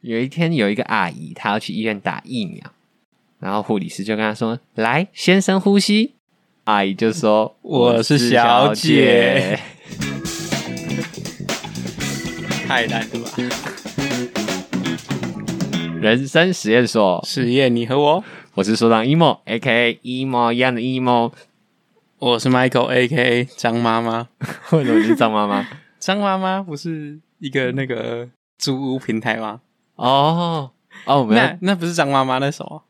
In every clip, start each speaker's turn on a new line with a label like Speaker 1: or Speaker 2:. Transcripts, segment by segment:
Speaker 1: 有一天有一个阿姨，她要去医院打疫苗，然后护理师就跟她说：“来，先深呼吸。”阿姨就说：“
Speaker 2: 我是小姐。”太难了吧！
Speaker 1: 人生实验所，
Speaker 2: 实验你和我，
Speaker 1: 我是说长 emo，A.K.A. emo 一样的 emo。
Speaker 2: 我是 Michael A.K.A. 张妈妈。
Speaker 1: 为什么你是张妈妈？
Speaker 2: 张妈妈不是一个那个租屋平台吗？
Speaker 1: 哦哦，我们要
Speaker 2: 那那不是张妈妈，那是啊什么？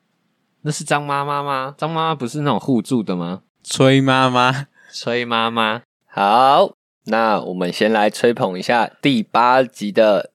Speaker 1: 那是张妈妈吗？张妈妈不是那种互助的吗？
Speaker 2: 崔妈妈。
Speaker 1: 崔妈妈。好，那我们先来吹捧一下第八集的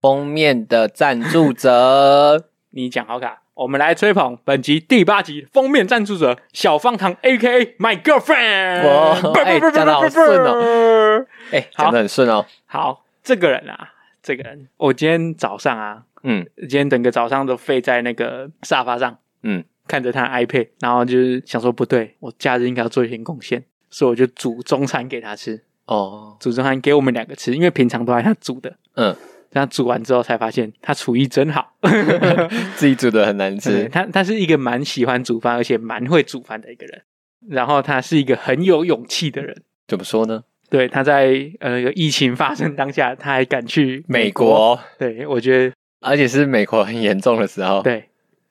Speaker 1: 封面的赞助者。
Speaker 2: 你讲好卡，我们来吹捧本集第八集封面赞助者小方糖 A.K.A. My Girlfriend。
Speaker 1: 哇 哎讲得好顺
Speaker 2: 哦。
Speaker 1: 哎、讲的很顺哦。
Speaker 2: 好，这个人啊，这个人，我今天早上啊，
Speaker 1: 嗯，
Speaker 2: 今天整个早上都废在那个沙发上，
Speaker 1: 嗯，
Speaker 2: 看着他的 iPad，然后就是想说不对，我假日应该要做一点贡献，所以我就煮中餐给他吃，
Speaker 1: 哦，
Speaker 2: 煮中餐给我们两个吃，因为平常都还他煮的，
Speaker 1: 嗯，
Speaker 2: 但他煮完之后才发现他厨艺 真好，
Speaker 1: 自己煮的很难
Speaker 2: 对
Speaker 1: 吃。
Speaker 2: 他他是一个蛮喜欢煮饭，而且蛮会煮饭的一个人，然后他是一个很有勇气的人。
Speaker 1: 怎么说呢？
Speaker 2: 对，他在呃那个疫情发生当下，他还敢去
Speaker 1: 美国，
Speaker 2: 对，我觉得
Speaker 1: 而且是美国很严重的时候。
Speaker 2: 对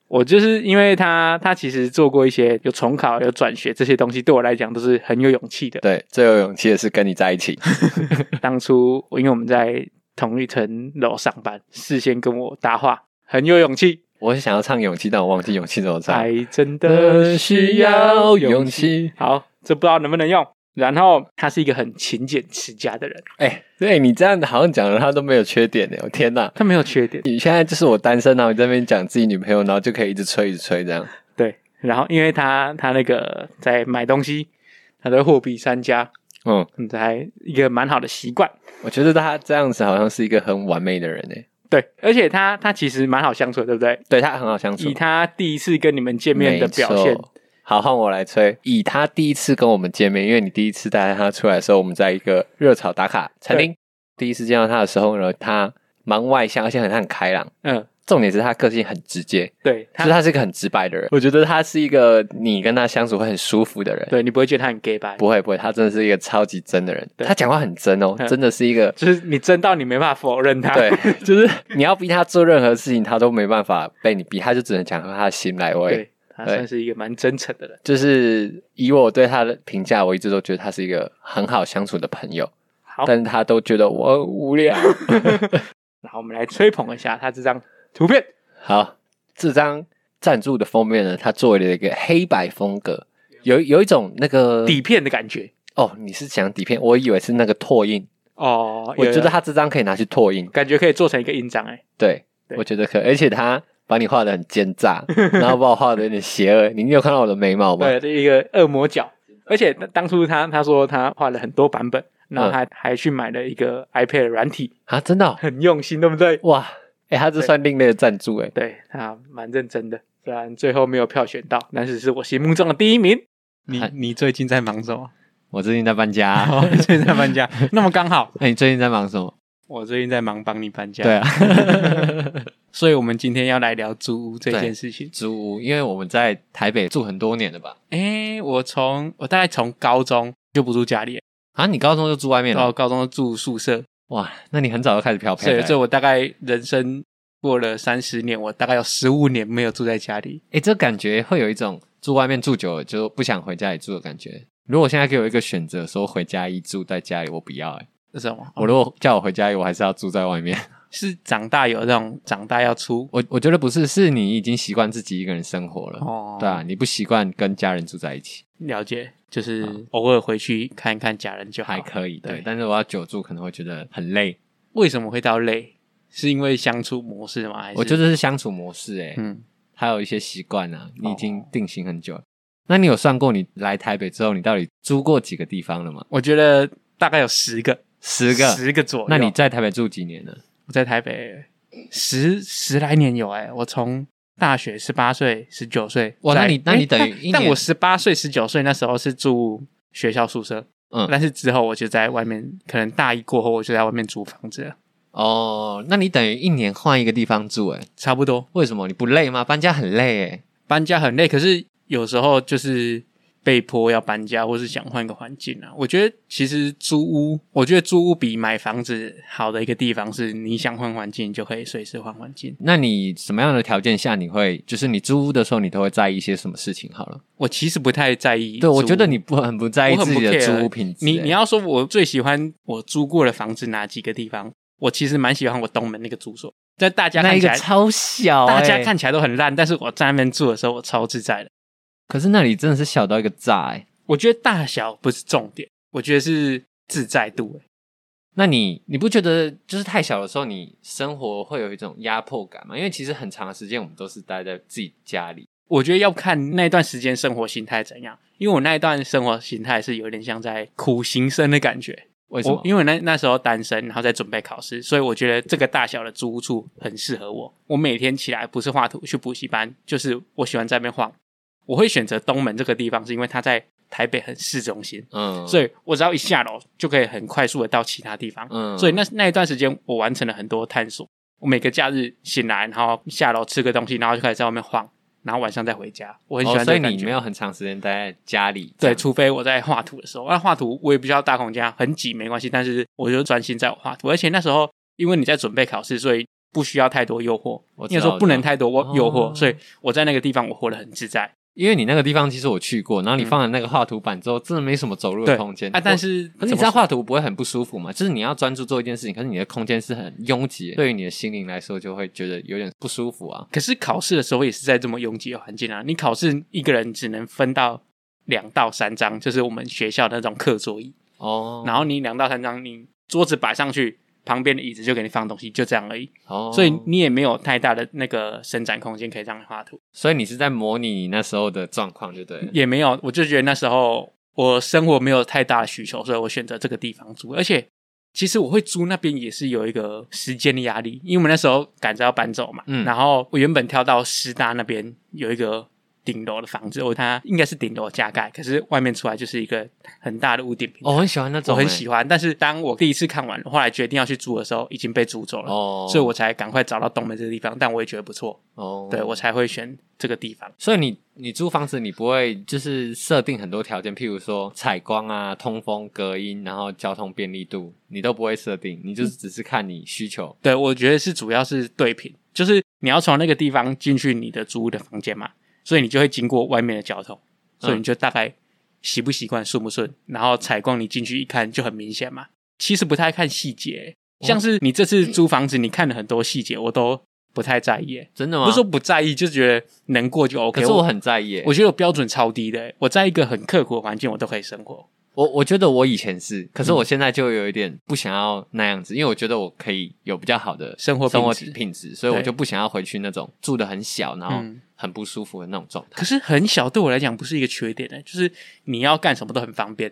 Speaker 2: 我就是因为他，他其实做过一些有重考、有转学这些东西，对我来讲都是很有勇气的。
Speaker 1: 对，最有勇气的是跟你在一起。
Speaker 2: 当初我因为我们在同一层楼上班，事先跟我搭话，很有勇气。
Speaker 1: 我是想要唱勇气，但我忘记勇气怎么唱。
Speaker 2: 还真的需要勇气。
Speaker 1: 气。
Speaker 2: 好，这不知道能不能用。然后他是一个很勤俭持家的人，
Speaker 1: 哎、对你这样好像讲了他都没有缺点呢，我天哪！
Speaker 2: 他没有缺点。
Speaker 1: 你现在就是我单身，然后你在那边讲自己女朋友，然后就可以一直吹一直吹这样。
Speaker 2: 对，然后因为他他那个在买东西，他都货比三家，
Speaker 1: 嗯，
Speaker 2: 嗯，这还一个蛮好的习惯。
Speaker 1: 我觉得他这样子好像是一个很完美的人呢，
Speaker 2: 对，而且他他其实蛮好相处的，对不对？
Speaker 1: 对他很好相处
Speaker 2: 以。他第一次跟你们见面的表
Speaker 1: 没
Speaker 2: 现，
Speaker 1: 错好，换我来吹。以他第一次跟我们见面，因为你第一次带他出来的时候，我们在一个热炒打卡餐厅。第一次见到他的时候呢，他蛮外向，而且很很开朗。
Speaker 2: 嗯，
Speaker 1: 重点是他个性很直接，
Speaker 2: 对
Speaker 1: 就是
Speaker 2: 他，
Speaker 1: 他是一个很直白的人。我觉得他是一个你跟他相处会很舒服的人。
Speaker 2: 对你不会觉得他很 gay 白，
Speaker 1: 不会不会，他真的是一个超级真的人，
Speaker 2: 对
Speaker 1: 他讲话很真哦
Speaker 2: 嗯，
Speaker 1: 真的是一个。
Speaker 2: 就是你真到你没办法否认他。
Speaker 1: 对，就是你要逼他做任何事情，他都没办法被你逼，他就只能讲出他的心来。我也
Speaker 2: 对，他算是一个蛮真诚的人。
Speaker 1: 就是以我对他的评价，我一直都觉得他是一个很好相处的朋友，
Speaker 2: 好，
Speaker 1: 但是他都觉得我很无 聊。
Speaker 2: 然后我们来吹捧一下他这张图片，
Speaker 1: 好，这张赞助的封面呢，他做了一个黑白风格，有有一种那个
Speaker 2: 底片的感觉。
Speaker 1: 哦，你是讲底片，我以为是那个拓印，
Speaker 2: 哦，
Speaker 1: 我
Speaker 2: 有
Speaker 1: 觉得他这张可以拿去拓印。
Speaker 2: 感觉可以做成一个印章，哎，
Speaker 1: 对，
Speaker 2: 对
Speaker 1: 我觉得可，而且他把你画的很奸 诈，然后把我画的有点邪恶。你你有看到我的眉毛吗？
Speaker 2: 对，这一个恶魔角。而且当当初他他说他画了很多版本，然
Speaker 1: 嗯
Speaker 2: 后他还去买了一个 iPad 的软体，
Speaker 1: 啊，真的哦、
Speaker 2: 很用心，对不对？
Speaker 1: 哇！哎、他这算另类的赞助哎、
Speaker 2: 对他蛮认真的，虽然最后没有票选到，但是是我心目中的第一名。你
Speaker 1: 嗨
Speaker 2: 你最近在忙什么？
Speaker 1: 我最近在搬家
Speaker 2: 哦，最近在搬家，那么刚好，
Speaker 1: 那、你最近在忙什么？
Speaker 2: 我最近在忙帮你搬家。
Speaker 1: 对，啊，
Speaker 2: 所以我们今天要来聊租屋这件事情。
Speaker 1: 租屋，因为我们在台北住很多年了吧？
Speaker 2: 诶，我从我大概从高中就不住家里，
Speaker 1: 啊，你高中就住外面了？
Speaker 2: 到高中住宿舍，
Speaker 1: 哇，那你很早就开始漂
Speaker 2: 所
Speaker 1: 配
Speaker 2: 以
Speaker 1: 了、
Speaker 2: 所以
Speaker 1: 欸。
Speaker 2: 我大概人生过了三十年，我大概有十五年没有住在家里。
Speaker 1: 哎、这感觉会有一种住外面住久了就不想回家里住的感觉。如果现在给我一个选择，说回家一住在家里，我不要哎、
Speaker 2: 是什么？哦
Speaker 1: 我如果叫我回家里，我还是要住在外面。
Speaker 2: 是长大有那种长大要出
Speaker 1: 我我觉得不是，是你已经习惯自己一个人生活了，
Speaker 2: 哦，
Speaker 1: 对啊，你不习惯跟家人住在一起，
Speaker 2: 了解，就是偶尔回去看一看家人就好
Speaker 1: 还。可以，哦对。
Speaker 2: 对
Speaker 1: 但是我要久住，可能会觉得很累。
Speaker 2: 为什么会到累？是因为相处模式吗？还是
Speaker 1: 我觉得是相处模式、欸，
Speaker 2: 嗯，
Speaker 1: 还有一些习惯啊，你已经定型很久了。那你有算过你来台北之后，你到底租过几个地方了吗？
Speaker 2: 我觉得大概有十个，
Speaker 1: 十个。
Speaker 2: 十个左右。
Speaker 1: 那你在台北住几年了？
Speaker 2: 我在台北十十来年有哎、我从大学十八岁、十九岁，
Speaker 1: 哇
Speaker 2: 在
Speaker 1: 那你那你
Speaker 2: 诶
Speaker 1: 等于
Speaker 2: 但
Speaker 1: 一年
Speaker 2: 但我十八岁、十九岁那时候是住学校宿舍，
Speaker 1: 嗯
Speaker 2: 但是之后我就在外面，可能大一过后我就在外面租房子了。
Speaker 1: 哦，那你等于一年换一个地方住，哎，
Speaker 2: 差不多。
Speaker 1: 为什么你不累吗？搬家很累，哎，
Speaker 2: 搬家很累，可是有时候就是被迫要搬家，或是想换个环境啊。我觉得其实租屋，我觉得租屋比买房子好的一个地方是，你想换环境就可以随时换环境。
Speaker 1: 那你什么样的条件下你会，就是你租屋的时候，你都会在意一些什么事情？好了，
Speaker 2: 我其实不太在意租
Speaker 1: 对
Speaker 2: 屋，
Speaker 1: 我觉得你不很不在意
Speaker 2: 我很
Speaker 1: 自己
Speaker 2: 不
Speaker 1: 的
Speaker 2: care
Speaker 1: 租屋品质，
Speaker 2: 你
Speaker 1: 哎
Speaker 2: 你要说我最喜欢我租过的房子哪几个地方？我其实蛮喜欢我东门那个住所，在大家
Speaker 1: 那
Speaker 2: 看
Speaker 1: 一
Speaker 2: 起
Speaker 1: 个
Speaker 2: 来，
Speaker 1: 超小，
Speaker 2: 大
Speaker 1: 哎
Speaker 2: 家看起来都很烂，但是我在那边住的时候，我超自在的。
Speaker 1: 可是那里真的是小到一个炸哎、
Speaker 2: 我觉得大小不是重点，我觉得是自在度、欸
Speaker 1: 那你你不觉得就是太小的时候，你生活会有一种压迫感吗？因为其实很长的时间我们都是待在自己家里，
Speaker 2: 我觉得要看那段时间生活形态怎样，因为我那一段生活形态是有点像在苦行僧的感觉。
Speaker 1: 为什
Speaker 2: 我
Speaker 1: 么？
Speaker 2: 因为我那那时候单身，然后在准备考试，所以我觉得这个大小的租屋处很适合我。我每天起来不是画图去补习班，就是我喜欢在那边晃。我会选择东门这个地方，是因为它在台北很市中心，
Speaker 1: 嗯，
Speaker 2: 所以我只要一下楼就可以很快速的到其他地方。
Speaker 1: 嗯
Speaker 2: 所以那那一段时间，我完成了很多探索。我每个假日醒来，然后下楼吃个东西，然后就开始在外面晃，然后晚上再回家。我很喜
Speaker 1: 哦，
Speaker 2: 欢
Speaker 1: 所
Speaker 2: 这
Speaker 1: 以
Speaker 2: 个感
Speaker 1: 你
Speaker 2: 觉。
Speaker 1: 没有很长时间待在家里，这
Speaker 2: 对，
Speaker 1: 样
Speaker 2: 除非我在画图的时候，那画图我也不需要大空间啊，很挤没关系，但是我就专心在我画图。而且那时候因为你在准备考试，所以不需要太多诱惑
Speaker 1: 我，知道
Speaker 2: 应该说不能太多
Speaker 1: 道
Speaker 2: 诱惑，
Speaker 1: 哦
Speaker 2: 所以我在那个地方我活得很自在。
Speaker 1: 因为你那个地方其实我去过，然后你放了那个画图板之后，真的没什么走路
Speaker 2: 嗯对
Speaker 1: 的空间
Speaker 2: 啊，但
Speaker 1: 我
Speaker 2: 是
Speaker 1: 可是你
Speaker 2: 怎么
Speaker 1: 在
Speaker 2: 说
Speaker 1: 画图不会很不舒服吗？就是你要专注做一件事情，可是你的空间是很拥挤，对于你的心灵来说就会觉得有点不舒服啊。
Speaker 2: 可是考试的时候也是在这么拥挤的环境啊，你考试一个人只能分到两到三张，就是我们学校的那种课桌椅，
Speaker 1: 哦，
Speaker 2: 然后你两到三张，你桌子摆上去，旁边的椅子就给你放东西，就这样而已，
Speaker 1: 哦，
Speaker 2: 所以你也没有太大的那个伸展空间可以让你画图。
Speaker 1: 所以你是在模拟你那时候的状况，就对了。
Speaker 2: 也没有，我就觉得那时候我生活没有太大的需求，所以我选择这个地方租。而且其实我会租那边也是有一个时间的压力，因为我们那时候赶着要搬走嘛。
Speaker 1: 嗯
Speaker 2: 然后我原本挑到师大那边有一个顶楼的房子，我哦它应该是顶楼加盖，可是外面出来就是一个很大的屋顶平台。
Speaker 1: 哦，我很喜欢那
Speaker 2: 我
Speaker 1: 种、
Speaker 2: 很
Speaker 1: 欸
Speaker 2: 喜欢，但是当我第一次看完，后来决定要去租的时候，已经被租走了，
Speaker 1: 哦，
Speaker 2: 所以我才赶快找到东门这个地方。但我也觉得不错，
Speaker 1: 哦，
Speaker 2: 对我才会选这个地方。
Speaker 1: 所以你你租房子，你不会就是设定很多条件，譬如说采光啊、通风、隔音，然后交通便利度，你都不会设定，你就是只是看你需求。
Speaker 2: 对，我觉得是主要是对平，就是你要从那个地方进去你的租屋的房间嘛，所以你就会经过外面的交通，
Speaker 1: 嗯
Speaker 2: 所以你就大概习不习惯、顺不顺，然后采光你进去一看就很明显嘛。其实不太看细节，
Speaker 1: 哦
Speaker 2: 像是你这次租房子，你看了很多细节，我都不太在意，
Speaker 1: 真的吗？
Speaker 2: 不是说不在意，就觉得能过就
Speaker 1: 嗯
Speaker 2: OK
Speaker 1: 可是我很在意欸、
Speaker 2: 我觉得我标准超低的，欸我在一个很刻苦的环境，我都可以生活。
Speaker 1: 我我觉得我以前是，可是我现在就有一点不想要那样子，因为我觉得我可以有比较好的
Speaker 2: 生活品
Speaker 1: 生活
Speaker 2: 质
Speaker 1: 品质，所以我
Speaker 2: 对
Speaker 1: 就不想要回去那种住的很小，然后
Speaker 2: 嗯
Speaker 1: 很不舒服的那种状态，
Speaker 2: 可是很小对我来讲不是一个缺点的，就是你要干什么都很方便。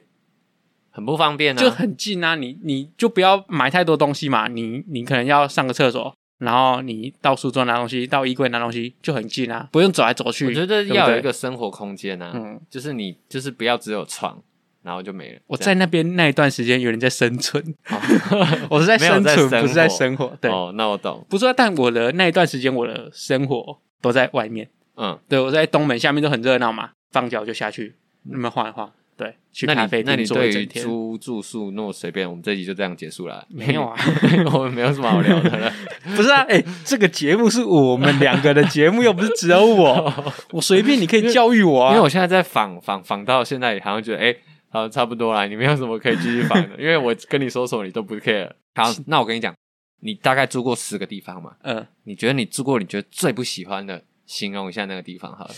Speaker 1: 很不方便啊。
Speaker 2: 就很近啊，你你就不要买太多东西嘛，你你可能要上个厕所，然后你到书桌拿东西，到衣柜拿东西就很近啊，不用走来走去。
Speaker 1: 我觉得
Speaker 2: 对不
Speaker 1: 要有一
Speaker 2: 对
Speaker 1: 个生活空间啊，
Speaker 2: 嗯，
Speaker 1: 就是你就是不要只有床，然后就没了。
Speaker 2: 我
Speaker 1: 这样
Speaker 2: 在那边那一段时间有人在生存，
Speaker 1: 哦
Speaker 2: 我是在
Speaker 1: 没有
Speaker 2: 生
Speaker 1: 在
Speaker 2: 存，
Speaker 1: 生
Speaker 2: 不是在
Speaker 1: 活
Speaker 2: 生活。对，
Speaker 1: 哦，那我懂，
Speaker 2: 不是啊，但我的那一段时间，我的生活都在外面。
Speaker 1: 嗯，
Speaker 2: 对我在东门下面都很热闹嘛，放假我就下去那边晃一晃，对，去
Speaker 1: 那
Speaker 2: 咖
Speaker 1: 你
Speaker 2: 啡
Speaker 1: 那
Speaker 2: 厅
Speaker 1: 你
Speaker 2: 坐
Speaker 1: 对
Speaker 2: 一
Speaker 1: 于
Speaker 2: 整天。
Speaker 1: 租住宿那么随便，我们这集就这样结束了。
Speaker 2: 没有，啊，
Speaker 1: 我们没有什么好聊的 了。
Speaker 2: 不是啊，哎、这个节目是我们两个的节目，又不是只有我。 我随便，你可以教育我啊。
Speaker 1: 因为我现在在仿仿仿到现在，好像觉得哎、好差不多啦，你没有什么可以继续仿的，因为我跟你说什么你都不 care。好，那我跟你讲，你大概住过十个地方嘛？
Speaker 2: 嗯，哎、
Speaker 1: 你觉得你住过你觉得最不喜欢的，形容一下那个地方好了。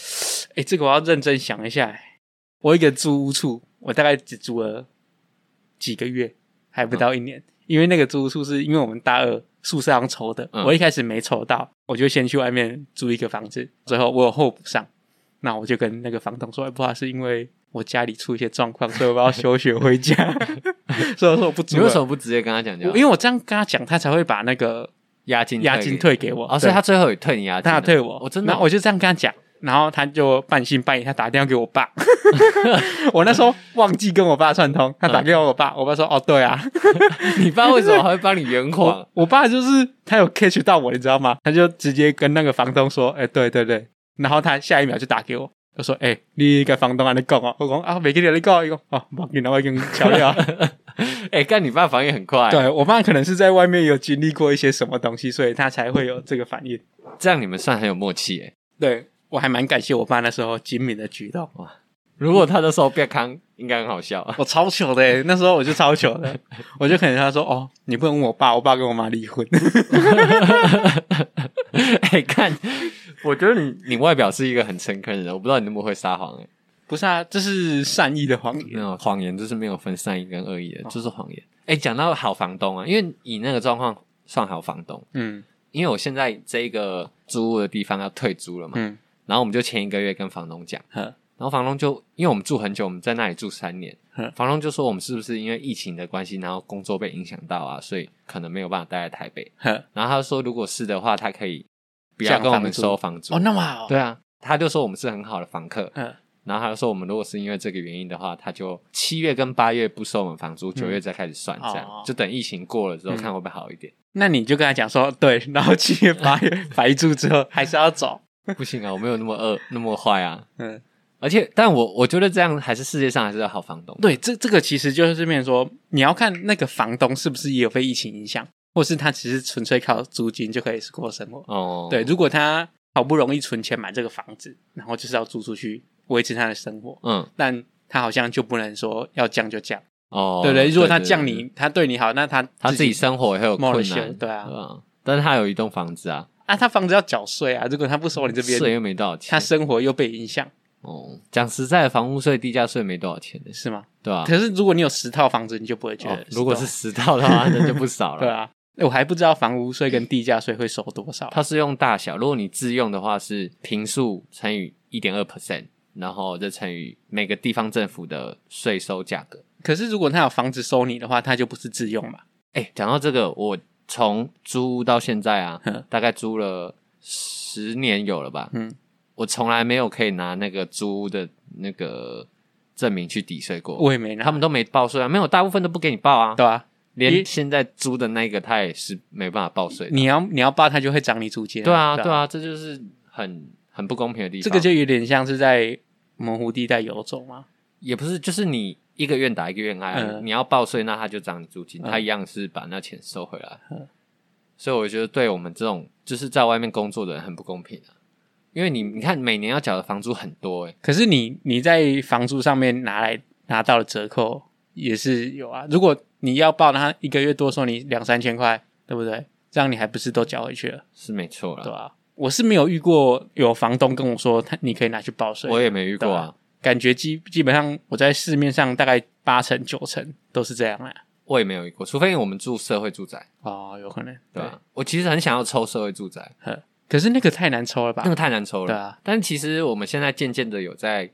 Speaker 2: 哎这个我要认真想一下。哎我一个租屋处，我大概只租了几个月，还不到一年。因为那个租屋处是因为我们大二宿舍上抽的，
Speaker 1: 嗯
Speaker 2: 我一开始没抽到，我就先去外面租一个房子，最后我有候补上，那我就跟那个房东说，哎不好意思，因为我家里出一些状况，所以我要休学回家， 所以我说我不租
Speaker 1: 你为什
Speaker 2: 了。
Speaker 1: 么不直接跟他讲
Speaker 2: 我
Speaker 1: 讲？
Speaker 2: 因为我这样跟他讲，他才会把那个
Speaker 1: 押金
Speaker 2: 押金
Speaker 1: 给
Speaker 2: 退给我。
Speaker 1: 哦，所以
Speaker 2: 对
Speaker 1: 他最后也退你押金啊，
Speaker 2: 他退我，
Speaker 1: 我真
Speaker 2: 那
Speaker 1: 的
Speaker 2: 我就这样跟他讲，然后他就半信半疑，他打电话给我 爸，我那时候忘记跟我爸串通，他打电话给我爸，我爸说：“哦，对 啊，
Speaker 1: 你爸为什么还会帮你圆谎
Speaker 2: 我？ 我爸就是他有 catch 到我，你知道吗？他就直接跟那个房东说：‘哎、对对对。’然后他下一秒就打给我，他说：‘哎、你跟房东安尼讲哦。’我讲啊，没跟你讲，伊讲哦，冇见到我已经巧了。
Speaker 1: 哎、干你爸反应很快，啊
Speaker 2: 对我爸可能是在外面有经历过一些什么东西，所以他才会有这个反应。
Speaker 1: 这样你们算很有默契哎。
Speaker 2: 对我还蛮感谢我爸那时候精明的举动。
Speaker 1: 如果他的时候变康，应该很好笑。
Speaker 2: 我超糗的 欸，那时候我就超糗的，我就可能他说哦，你不能问我爸，我爸跟我妈离婚。
Speaker 1: 哎、看，我觉得你你外表是一个很诚恳的人，我不知道你那么会撒谎哎、
Speaker 2: 不是啊，这是善意的谎言。
Speaker 1: 那种谎言就是没有分善意跟恶意的，就是谎言。哎、讲到好房东啊，因为以那个状况算好房东，
Speaker 2: 嗯
Speaker 1: 因为我现在这个租屋的地方要退租了嘛，
Speaker 2: 嗯，
Speaker 1: 然后我们就前一个月跟房东讲，
Speaker 2: 呵
Speaker 1: 然后房东就因为我们住很久，我们在那里住三年
Speaker 2: 嗯，
Speaker 1: 房东就说我们是不是因为疫情的关系，然后工作被影响到啊，所以可能没有办法待在台北。
Speaker 2: 呵，
Speaker 1: 然后他说如果是的话，他可以不要
Speaker 2: 降
Speaker 1: 跟我
Speaker 2: 房
Speaker 1: 们
Speaker 2: 租
Speaker 1: 收房租。
Speaker 2: 哦，那么好，
Speaker 1: 对啊，他就说我们是很好的房客，
Speaker 2: 嗯，
Speaker 1: 然后他就说我们如果是因为这个原因的话，他就七月跟八月不收我们房租，九月再开始算，这样、
Speaker 2: 嗯哦
Speaker 1: 就等疫情过了之后
Speaker 2: 嗯
Speaker 1: 看会不会好一点。
Speaker 2: 那你就跟他讲说，对，然后七月八 月白住之后还是要走。
Speaker 1: 不行啊，我没有那么恶那么坏啊，
Speaker 2: 嗯，
Speaker 1: 而且但我我觉得这样还是世界上还是有好房东。
Speaker 2: 对，这这个其实就是面说，你要看那个房东是不是也有被疫情影响，或是他只是纯粹靠租金就可以过生活。
Speaker 1: 哦，
Speaker 2: 对，，如果他好不容易存钱买这个房子，然后就是要租出去维持他的生活，
Speaker 1: 嗯，
Speaker 2: 但他好像就不能说要降就降，
Speaker 1: 哦，
Speaker 2: 对不对？如果他降
Speaker 1: 对对对
Speaker 2: 你，他对你好，那他
Speaker 1: 他自己生活也会有困
Speaker 2: 冒了
Speaker 1: 难，
Speaker 2: 险对啊
Speaker 1: 但是他有一栋房子啊，
Speaker 2: 啊，他房子要缴税啊，如果他不收你这
Speaker 1: 税
Speaker 2: 边，
Speaker 1: 又没多少钱
Speaker 2: 他。生活又被影响，
Speaker 1: 哦，讲实在的，房屋税、地价税没多少钱的，
Speaker 2: 是吗？
Speaker 1: 对吧、
Speaker 2: 可是如果你有十套房子，你就不会觉
Speaker 1: 啊哦
Speaker 2: 得，
Speaker 1: 如果是十套的话，那就不少了。
Speaker 2: 对啊，我还不知道房屋税跟地价税会收多少，
Speaker 1: 它是用大小，如果你自用的话是平数乘以一点二 percent，然后再乘以每个地方政府的税收价格。
Speaker 2: 可是如果他有房子收你的话，他就不是自用嘛，
Speaker 1: 哎，讲到这个，我从租屋到现在啊
Speaker 2: 嗯，
Speaker 1: 大概租了十年有了吧。
Speaker 2: 嗯，
Speaker 1: 我从来没有可以拿那个租屋的那个证明去抵税过，
Speaker 2: 我也没拿，
Speaker 1: 他们都没报税啊，没有，大部分都不给你报啊，
Speaker 2: 对啊，
Speaker 1: 连
Speaker 2: 一
Speaker 1: 现在租的那个他也是没办法报税的。
Speaker 2: 你要你要报，他就会涨你租金，
Speaker 1: 对啊，对，啊，这就是很很不公平的地方。啊
Speaker 2: 这个就有点像是在模糊地带游走嘛，
Speaker 1: 也不是，就是你一个愿打一个愿挨啊、
Speaker 2: 嗯
Speaker 1: 你要报税，那他就涨你租金，
Speaker 2: 嗯
Speaker 1: 他一样是把那钱收回来。
Speaker 2: 嗯
Speaker 1: 所以我觉得对我们这种就是在外面工作的人很不公平啊，因为你你看每年要缴的房租很多欸诶、
Speaker 2: 可是你你在房租上面拿来拿到了折扣也是有啊。如果你要报他一个月多收你两三千块，对不对？这样你还不是都缴回去了，
Speaker 1: 是没错啦。
Speaker 2: 对吧、啊我是没有遇过有房东跟我说他你可以拿去报税，
Speaker 1: 我也没遇过啊，
Speaker 2: 感觉基基本上我在市面上大概八成九成都是这样啊。
Speaker 1: 我也没有遇过，除非我们住社会住宅，
Speaker 2: 哦，有可能
Speaker 1: 对吧、啊我其实很想要抽社会住宅，
Speaker 2: 可是那个太难抽了吧
Speaker 1: 那？个太难抽
Speaker 2: 对
Speaker 1: 了。
Speaker 2: 啊，
Speaker 1: 但其实我们现在渐渐的有在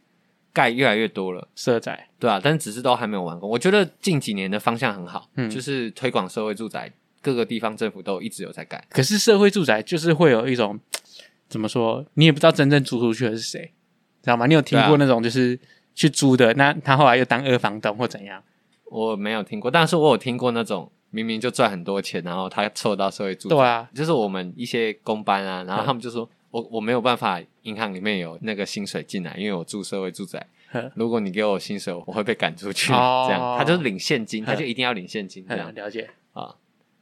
Speaker 1: 盖越来越多了。
Speaker 2: 色仔，
Speaker 1: 对啊，但只是都还没有完工。我觉得近几年的方向很好，
Speaker 2: 嗯
Speaker 1: 就是推广社会住宅，各个地方政府都一直有在盖。
Speaker 2: 可是社会住宅就是会有一种怎么说，你也不知道真正租出去的是谁，知道吗？你有听
Speaker 1: 对啊
Speaker 2: 过那种就是去租的，那他后来又当二房东或怎 样？
Speaker 1: 我没有听过，但是我有听过那种明明就赚很多钱，然后他凑到社会住宅，
Speaker 2: 对啊，嗯
Speaker 1: 就是我们一些公班啊，然后他们就说。我我没有办法，银行里面有那个薪水进来，因为我住社会住宅
Speaker 2: 呵。
Speaker 1: 如果你给我薪水，我会被赶出去。
Speaker 2: 哦
Speaker 1: 这样，他就领现金，
Speaker 2: 呵
Speaker 1: 他就一定要领现金这样
Speaker 2: 嗯，了解。
Speaker 1: 啊。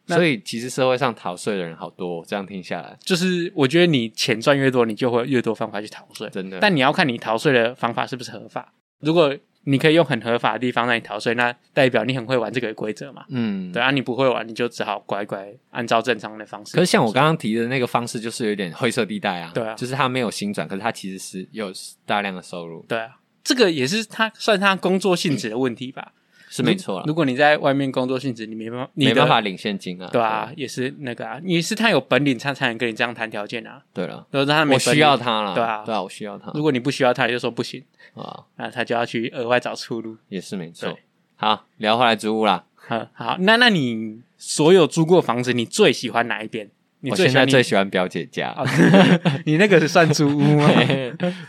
Speaker 2: 那
Speaker 1: 所以其实社会上逃税的人好多哦，这样听下来，
Speaker 2: 就是我觉得你钱赚越多，你就会有越多方法去逃税，
Speaker 1: 真的。
Speaker 2: 但你要看你逃税的方法是不是合法。如果你可以用很合法的地方让你逃税，那代表你很会玩这个规则嘛？
Speaker 1: 嗯，
Speaker 2: 对啊，你不会玩，你就只好乖乖按照正常的方式。
Speaker 1: 可是像我刚刚提的那个方式，就是有点灰色地带啊。
Speaker 2: 对啊
Speaker 1: 就是他没有薪转，可是他其实是有大量的收入，
Speaker 2: 对啊，这个也是他算他工作性质的问题吧？
Speaker 1: 是没错
Speaker 2: 如
Speaker 1: 啦。
Speaker 2: 如果你在外面工作性质，你没办法，你
Speaker 1: 没
Speaker 2: 的
Speaker 1: 办法领现金啊。
Speaker 2: 对啊，也是那个啊，你是他有本领，他才能跟你这样谈条件啊。
Speaker 1: 对了，
Speaker 2: 如果他没
Speaker 1: 我
Speaker 2: 本领
Speaker 1: 需要，他啦。
Speaker 2: 对啊
Speaker 1: 对啊，我需要他
Speaker 2: 如果你不需要他，你就说不行，
Speaker 1: 啊，
Speaker 2: 那他就要去额外找出路。
Speaker 1: 也是没错
Speaker 2: 对。
Speaker 1: 好，聊回来租屋啦。
Speaker 2: 好，好，那那你所有租过房子，你最喜欢哪一边？你
Speaker 1: 我
Speaker 2: 最
Speaker 1: 现
Speaker 2: 喜欢
Speaker 1: 在
Speaker 2: 你
Speaker 1: 最喜欢表姐家，
Speaker 2: 啊，你那个是算租屋 吗？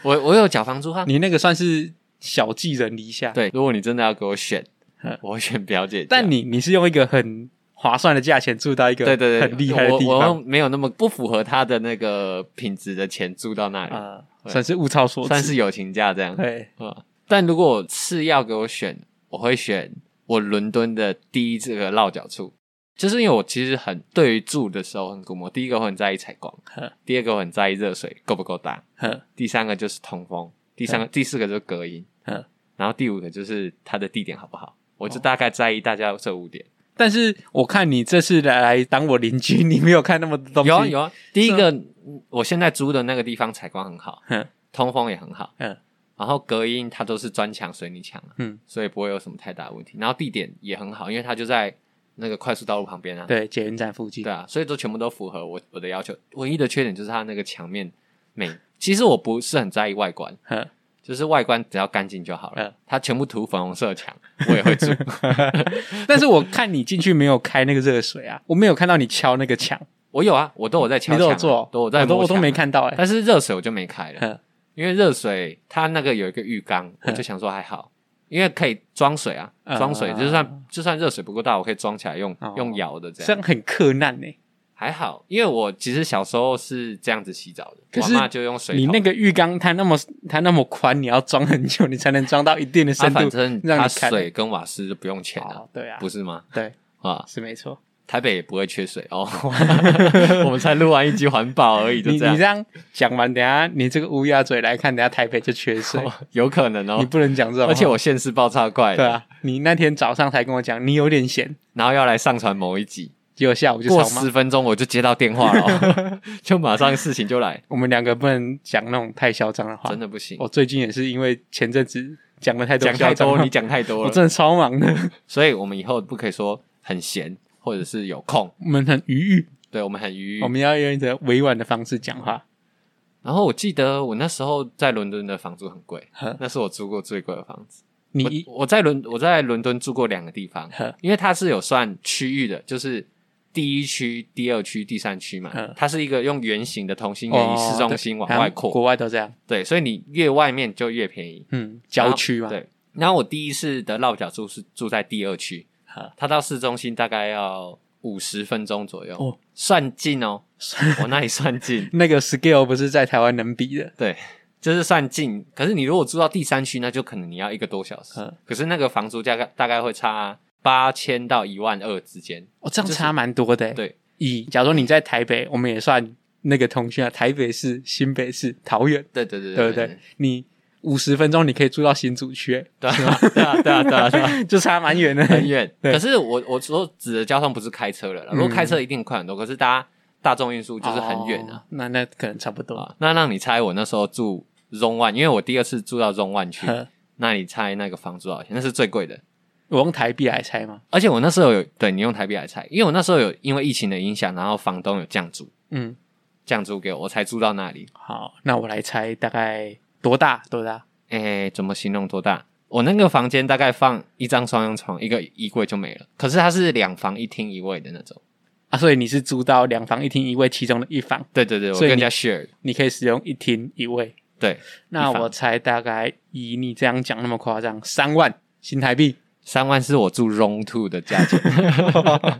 Speaker 1: 我我有缴房租啊。
Speaker 2: 你那个算是小寄人篱下。，
Speaker 1: 对，如啊果你真的要给我选
Speaker 2: 嗯，
Speaker 1: 我会选表姐家。
Speaker 2: 但你你是用一个很划算的价钱住到一个
Speaker 1: 对对对，
Speaker 2: 很厉害的地
Speaker 1: 我我
Speaker 2: 方
Speaker 1: 没有那么不符合他的那个品质的钱租到那里，
Speaker 2: 啊，算是物超所值，
Speaker 1: 算是友情价这样。
Speaker 2: 对
Speaker 1: 嗯，但如果是要给我选，我会选我伦敦的第一这个落脚处，就是因为我其实很对于住的时候很估摸，第一个我很在意采光
Speaker 2: 嗯，
Speaker 1: 第二个我很在意热水够不够大，
Speaker 2: 哼
Speaker 1: 第三个就是通风，第三个、第四个就是隔音，
Speaker 2: 哼。
Speaker 1: 然后第五个就是它的地点好不好。我就大概在意大家这五点。
Speaker 2: 但是我看你这次来来当我邻居，你没有看那么多东西。
Speaker 1: 有啊有啊，第一个我现在租的那个地方采光很好，
Speaker 2: 哼
Speaker 1: 通风也很好，
Speaker 2: 嗯
Speaker 1: 然后隔音它都是砖墙水泥墙啊，
Speaker 2: 嗯，
Speaker 1: 所以不会有什么太大问题。然后地点也很好，因为它就在那个快速道路旁边啊。
Speaker 2: 对，捷运站附近。
Speaker 1: 对啊，所以都全部都符合我我的要求。唯一的缺点就是它那个墙面美，其实我不是很在意外观，
Speaker 2: 哼，
Speaker 1: 就是外观只要干净就好了。
Speaker 2: 嗯
Speaker 1: 它全部涂粉红色墙，我也会住。
Speaker 2: 但是我看你进去没有开那个热水啊，我没有看到你敲那个墙，
Speaker 1: 我有啊，我都有在敲
Speaker 2: 你
Speaker 1: 墙啊，
Speaker 2: 都有做哦，
Speaker 1: 都我在
Speaker 2: 我都
Speaker 1: 摸
Speaker 2: 我都
Speaker 1: 墙
Speaker 2: 没
Speaker 1: 啊
Speaker 2: 看到哎。
Speaker 1: 但是热水我就没开了
Speaker 2: 嗯，
Speaker 1: 因为热水它那个有一个浴缸，我就想说还好，因为可以装水啊，
Speaker 2: 嗯
Speaker 1: 装水就算就算热水不够大，我可以装起来用
Speaker 2: 哦
Speaker 1: 用舀的这
Speaker 2: 这
Speaker 1: 样
Speaker 2: 样很困难欸呢。
Speaker 1: 还好，因为我其实小时候是这样子洗澡的，
Speaker 2: 可
Speaker 1: 我
Speaker 2: 是
Speaker 1: 妈就用水
Speaker 2: 你
Speaker 1: 桶
Speaker 2: 那个浴缸它那么它那么宽，你要装很久，你才能装到一定的
Speaker 1: 啊
Speaker 2: 深度
Speaker 1: 反，正
Speaker 2: 让
Speaker 1: 它
Speaker 2: 你看。
Speaker 1: 水跟瓦斯就不用钱啊，
Speaker 2: 哦，对啊
Speaker 1: 不，是吗？
Speaker 2: 对，
Speaker 1: 啊，
Speaker 2: 是没错。
Speaker 1: 台北也不会缺水 哦， 我们才录完一集环保而已，
Speaker 2: 你
Speaker 1: 就
Speaker 2: 你
Speaker 1: 这样
Speaker 2: 这，样讲完，等一下你这个乌鸦嘴来看，等一下台北就缺水，
Speaker 1: 哦有可能
Speaker 2: 你
Speaker 1: 哦。
Speaker 2: 不能讲这种话。
Speaker 1: 而且我现世爆炸快，
Speaker 2: 对，啊，你那天早上才跟我讲，你有点闲，
Speaker 1: 然后要来上传某一集，
Speaker 2: 结果下午就
Speaker 1: 过
Speaker 2: 吵骂
Speaker 1: 十。分钟我就接到电话 了哦，就马上事情就来，
Speaker 2: 我们两个不能讲那种太嚣张的话
Speaker 1: 真。的不行，
Speaker 2: 我最近也是因为前阵子讲了太多
Speaker 1: 讲太
Speaker 2: 嚣张
Speaker 1: 多，
Speaker 2: 话
Speaker 1: 你讲太多
Speaker 2: 我
Speaker 1: 了，
Speaker 2: 真的超忙的，
Speaker 1: 所以我们以后不可以说很闲或者是有空，
Speaker 2: 我们很愉悦，
Speaker 1: 对我们很愉
Speaker 2: 我
Speaker 1: 悦。
Speaker 2: 们要用一种委婉的方式讲话。
Speaker 1: 然后我记得我那时候在伦敦的房租很贵
Speaker 2: 呵，
Speaker 1: 那是我租过最贵的房子。
Speaker 2: 你
Speaker 1: 我我在伦我在伦敦住过两个地方
Speaker 2: 呵，
Speaker 1: 因为它是有算区域的，就是第一区、第二区、第三区嘛
Speaker 2: 呵，
Speaker 1: 它是一个用圆形的同心圆以
Speaker 2: 哦，
Speaker 1: 市中心
Speaker 2: 对
Speaker 1: 往
Speaker 2: 好
Speaker 1: 外
Speaker 2: 像
Speaker 1: 扩，
Speaker 2: 国外都这样，
Speaker 1: 对，所以你越外面就越便宜。
Speaker 2: 嗯，郊区嘛，，
Speaker 1: 对，然后我第一次的落脚住是住在第二区
Speaker 2: 好，
Speaker 1: 它到市中心大概要五十分钟左右，
Speaker 2: 哦
Speaker 1: 算近 哦，我那里算近，
Speaker 2: 那个 scale 不是在台湾能比的，
Speaker 1: 对，就是算近。可是你如果住到第三区，那就可能你要一个多小时，
Speaker 2: 嗯
Speaker 1: 可是那个房租价格大概会差八千到一万二之间，
Speaker 2: 哦，这样差蛮多的欸。
Speaker 1: 对，
Speaker 2: 以假如你在台北，我们也算那个通讯啊，台北市、新北市、桃园，
Speaker 1: 对对对
Speaker 2: 对
Speaker 1: 对
Speaker 2: 不对？你五十分钟你可以住到新竹区欸，
Speaker 1: 对啊对啊对啊对啊对啊。
Speaker 2: 就差蛮远的。
Speaker 1: 很 远，
Speaker 2: 对
Speaker 1: 可是我我所指的交通不是开车了啦，如果开车一定快很多，可是大家大众运输就是很远啊，
Speaker 2: 哦那那可能差不多。
Speaker 1: 啊，那让你猜我那时候住 Zone One，因为我第二次住到 Zone One 去，
Speaker 2: 呵
Speaker 1: 那你猜那个房租多少钱？那是最贵的。
Speaker 2: 我用台币来猜吗？
Speaker 1: 而且我那时候有对你用台币来猜，因为我那时候有因为疫情的影响，然后房东有降租，
Speaker 2: 嗯，
Speaker 1: 降租给我，我才租到那里。
Speaker 2: 好，那我来猜大概多大？多大？
Speaker 1: 诶，哎怎么形容多大？我那个房间大概放一张双人床，一个衣柜就没了。可是它是两房一厅一卫的那种。
Speaker 2: 啊，所以你是租到两房一厅一卫其中的一房，
Speaker 1: 对对对，我
Speaker 2: 所
Speaker 1: 跟
Speaker 2: 以
Speaker 1: 人
Speaker 2: 你
Speaker 1: 家 share。
Speaker 2: 你可以使用一厅一卫。
Speaker 1: 对，
Speaker 2: 那
Speaker 1: 一房
Speaker 2: 我猜大概以你这样讲那么夸张，三万新台币。
Speaker 1: 三万是我住 Room Two 的价钱，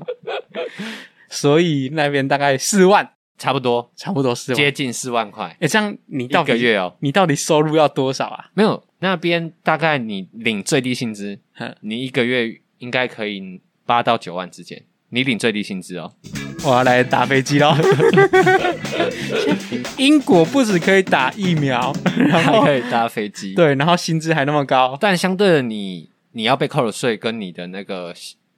Speaker 2: 所以那边大概四万，
Speaker 1: 差不 多
Speaker 2: 差不多四万。
Speaker 1: 接近四万块
Speaker 2: 哎，这样你
Speaker 1: 一
Speaker 2: 到底
Speaker 1: 个月哦。
Speaker 2: 你到底收入要多少啊？
Speaker 1: 没有，那边大概你领最低薪资
Speaker 2: 哼，
Speaker 1: 你一个月应该可以八到九万之间。你领最低薪资哦，
Speaker 2: 我要来打飞机喽！ 英国不止可以打疫苗，然
Speaker 1: 还
Speaker 2: 后
Speaker 1: 可以搭飞机。，
Speaker 2: 对，然后薪资还那么高，
Speaker 1: 但相对的你，你要被扣的税跟你的那个，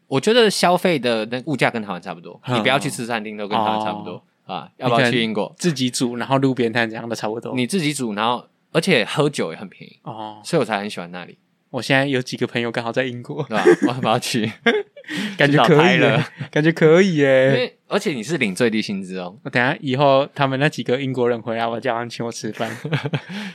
Speaker 1: 我觉得消费的那物价跟台湾差不多。
Speaker 2: 嗯哦
Speaker 1: 你不要去吃餐厅都跟台湾差不多、啊，要不
Speaker 2: 你可
Speaker 1: 要
Speaker 2: 能
Speaker 1: 去英国？
Speaker 2: 自己煮，然后路边摊这样的差不多。
Speaker 1: 你自己煮，然后而且喝酒也很便宜，
Speaker 2: 哦，
Speaker 1: 所以我才很喜欢那里，
Speaker 2: 我现在有几个朋友刚好在英国，
Speaker 1: 对吧？我很要去，
Speaker 2: 感觉
Speaker 1: 倒
Speaker 2: 可
Speaker 1: 台
Speaker 2: 以
Speaker 1: 了
Speaker 2: 耶， 感觉可以
Speaker 1: 因
Speaker 2: 耶。
Speaker 1: 为而且你是领最低薪资哦，
Speaker 2: 我等一下以后他们那几个英国人回来，我叫他们请我吃饭，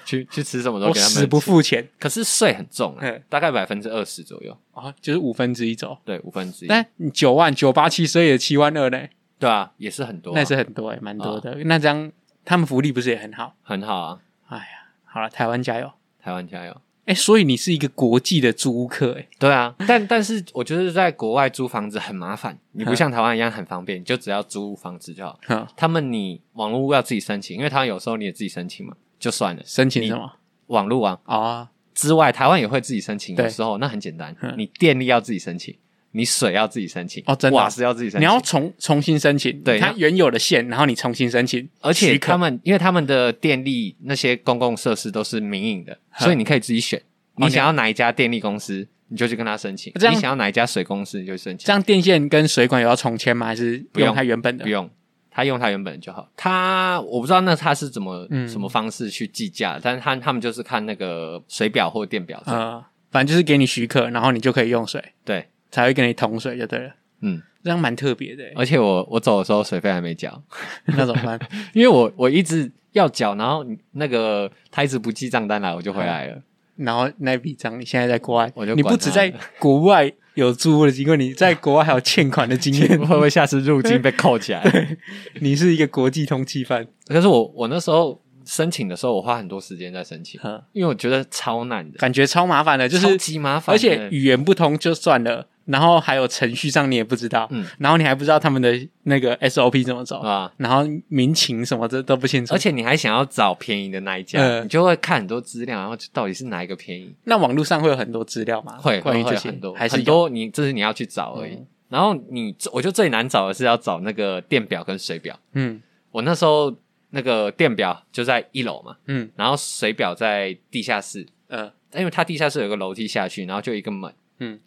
Speaker 1: 去去吃什么都
Speaker 2: 我
Speaker 1: 给他
Speaker 2: 死
Speaker 1: 们
Speaker 2: 不
Speaker 1: 吃。
Speaker 2: 付钱
Speaker 1: 可是税很重、啊
Speaker 2: 嗯，
Speaker 1: 大概百分之二十左右。
Speaker 2: 啊、哦，就是五分之一走。
Speaker 1: 对，五分之一。
Speaker 2: 但你九万九八七，所以也七万二呢。
Speaker 1: 对啊，也是很多啊、
Speaker 2: 那也是很多哎、蛮多
Speaker 1: 啊
Speaker 2: 的。那这样他们福利不是也很好？
Speaker 1: 很好啊，
Speaker 2: 哎呀，好了，台湾加油！
Speaker 1: 台湾加油。
Speaker 2: 哎、所以你是一个国际的租屋客哎、
Speaker 1: 对啊，但但是我觉得在国外租房子很麻烦，你
Speaker 2: 嗯
Speaker 1: 不像台湾一样很方便，你就只要租房子就好。
Speaker 2: 哼，
Speaker 1: 他们你网络要自己申请，因为台湾有时候你也自己申请嘛，就算了。
Speaker 2: 申请什么？
Speaker 1: 网络啊
Speaker 2: 哦，
Speaker 1: 之外，台湾也会自己申请，
Speaker 2: 对
Speaker 1: 有时候那很简单
Speaker 2: 嗯，
Speaker 1: 你电力要自己申请，你水要自己申请，
Speaker 2: 哦真的
Speaker 1: 瓦斯要自己申
Speaker 2: 你
Speaker 1: 请
Speaker 2: 要。重重新申请，
Speaker 1: 对
Speaker 2: 它
Speaker 1: 那
Speaker 2: 原有的线，然后你重新申请，
Speaker 1: 而且
Speaker 2: 许可
Speaker 1: 他们，因为他们的电力那些公共设施都是民营的，
Speaker 2: 哼
Speaker 1: 所以你可以自己选，
Speaker 2: 嗯哦
Speaker 1: 你想要哪一家电力公司，你就去跟他申请；
Speaker 2: 这样
Speaker 1: 你想要哪一家水公司，你就去申请
Speaker 2: 这。样电线跟水管有要重签吗？还是
Speaker 1: 不用
Speaker 2: 它原本的
Speaker 1: 不？用，他用他原本的就好。他我不知道那他是怎么、
Speaker 2: 嗯
Speaker 1: 什么方式去计价，但是他他们就是看那个水表或电表。
Speaker 2: 呃，反正就是给你许可，然后你就可以用水，
Speaker 1: 对，
Speaker 2: 才会跟你同水就对了。
Speaker 1: 嗯，
Speaker 2: 这样蛮特别的 欸、
Speaker 1: 而且我我走的时候水费还没缴，
Speaker 2: 那怎么办？
Speaker 1: 因为我我一直要缴，然后那个他一直不记账单来，我就回来
Speaker 2: 啊
Speaker 1: 了。
Speaker 2: 然后那笔账你现在在国外，
Speaker 1: 我就管
Speaker 2: 你不止在国外有租屋的经验，你在国外还有欠款的 经验，
Speaker 1: 会不会下次入境被扣起来？
Speaker 2: 你是一个国际通缉犯。
Speaker 1: 可是我我那时候申请的时候，我花很多时间在申请，
Speaker 2: 嗯，
Speaker 1: 因为我觉得超难的，
Speaker 2: 感觉超麻烦的，就是
Speaker 1: 超级麻烦
Speaker 2: 而
Speaker 1: 的，
Speaker 2: 且语言不通就算了，然后还有程序上你也不知道，
Speaker 1: 嗯
Speaker 2: 然后你还不知道他们的那个 SOP 怎么走，
Speaker 1: 啊，
Speaker 2: 然后民情什么这都不清楚。
Speaker 1: 而且你还想要找便宜的那一家，
Speaker 2: 嗯
Speaker 1: 你就会看很多资料，然后就到底是哪一个便宜。
Speaker 2: 那网络上会有很多资料嘛，
Speaker 1: 会
Speaker 2: 啊关于
Speaker 1: 会
Speaker 2: 这
Speaker 1: 会
Speaker 2: 些
Speaker 1: 很多
Speaker 2: 还是
Speaker 1: 很
Speaker 2: 有
Speaker 1: 多你，这是你要去找而已。
Speaker 2: 嗯
Speaker 1: 然后你，我觉得最难找的是要找那个电表跟水表。
Speaker 2: 嗯
Speaker 1: 我那时候那个电表就在一楼嘛，
Speaker 2: 嗯
Speaker 1: 然后水表在地下室，
Speaker 2: 呃
Speaker 1: 因为它地下室有个楼梯下去，然后就一个门，
Speaker 2: 嗯，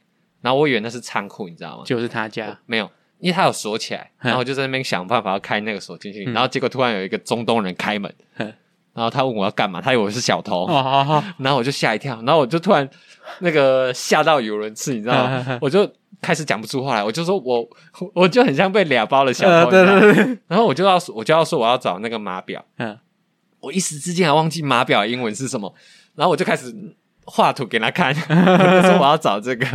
Speaker 1: 然后我以为那是仓库，你知道吗？
Speaker 2: 就是他家
Speaker 1: 没有，因为它有锁起来，
Speaker 2: 嗯
Speaker 1: 然后我就在那边想办法要开那个锁进去，
Speaker 2: 嗯
Speaker 1: 然后结果突然有一个中东人开门，
Speaker 2: 嗯
Speaker 1: 然后他问我要干嘛，他以为我是小偷，
Speaker 2: 哦，好好
Speaker 1: 然后我就吓一跳，然后我就突然那个吓到有人刺，你知道
Speaker 2: 嗯嗯嗯
Speaker 1: 吗？我就开始讲不出话来，我就说我我我就很像被俩包的 小
Speaker 2: 呃
Speaker 1: 偷，
Speaker 2: 对
Speaker 1: 你知道吗
Speaker 2: 对对，
Speaker 1: 然后我就要我就要说我要找那个码表，
Speaker 2: 嗯
Speaker 1: 我一时之间还忘记码表的英文是什么，然后我就开始画图给他看， 说我要找这 个，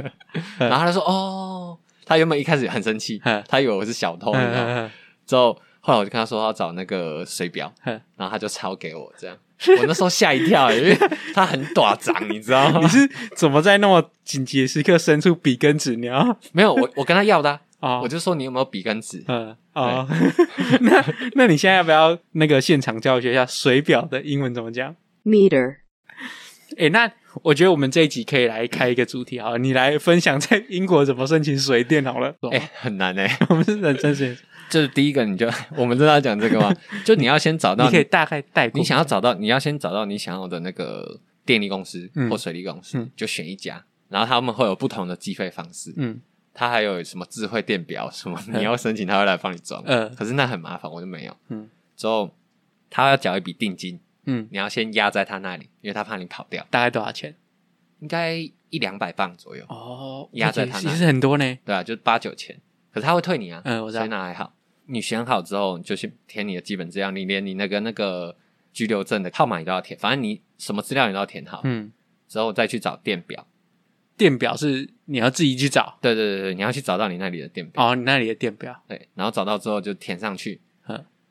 Speaker 2: 嗯
Speaker 1: 然后他说哦，他原本一开始很生气
Speaker 2: 嗯，
Speaker 1: 他以为我是小偷，你知道吗？
Speaker 2: 嗯
Speaker 1: 之后后来我就跟他说要找那个水表，
Speaker 2: 嗯，
Speaker 1: 然后他就抄给我这样。我那时候吓一跳，因为他很 短长，你知道吗
Speaker 2: 你？是怎么在那么紧急的时刻伸出笔跟纸？你要
Speaker 1: 没有，我我跟他要的啊、
Speaker 2: 哦
Speaker 1: 我就说你有没有笔跟纸？
Speaker 2: 嗯哦， 那那你现在要不要那个现场教学一下水表的英文怎么讲？
Speaker 3: meter,
Speaker 2: 诶，那我觉得我们这一集可以来开一个主题好了，你来分享在英国怎么申请水电好了。
Speaker 1: 哎、很难哎、
Speaker 2: 我们是认真实验室，
Speaker 1: 就是第一个，你就 我们真的要讲这个吗？就你要先找到
Speaker 2: 你
Speaker 1: 你
Speaker 2: 可以大概带过
Speaker 1: 你想要找到，你要先找到你想要的那个电力公司
Speaker 2: 嗯
Speaker 1: 或水利公司，
Speaker 2: 嗯
Speaker 1: 就选一家。然后他们会有不同的计费方式，
Speaker 2: 嗯
Speaker 1: 它还有什么智慧电表什么，你要申请他会来帮你装。
Speaker 2: 嗯
Speaker 1: 可是那很麻烦，我就没有。
Speaker 2: 嗯
Speaker 1: 之后他要缴一笔定金，
Speaker 2: 嗯，
Speaker 1: 你要先压在他那里，因为他怕你跑掉，
Speaker 2: 大概多少钱？
Speaker 1: 应该一两百磅左右，
Speaker 2: 哦，
Speaker 1: 压在他
Speaker 2: 其
Speaker 1: 那
Speaker 2: 实很多呢。
Speaker 1: 对啊，就是八九千。可是他会退你啊，
Speaker 2: 嗯我知道
Speaker 1: 所以那还好。你选好之后，你就去填你的基本资料，你连你那个那个居留证的号码你都要填，反正你什么资料你都要填好，
Speaker 2: 嗯，
Speaker 1: 之后再去找电表。
Speaker 2: 电表是你要自己去找
Speaker 1: 对对对对，你要去找到你那里的电表，
Speaker 2: 哦，你那里的电表
Speaker 1: 对，然后找到之后就填上去，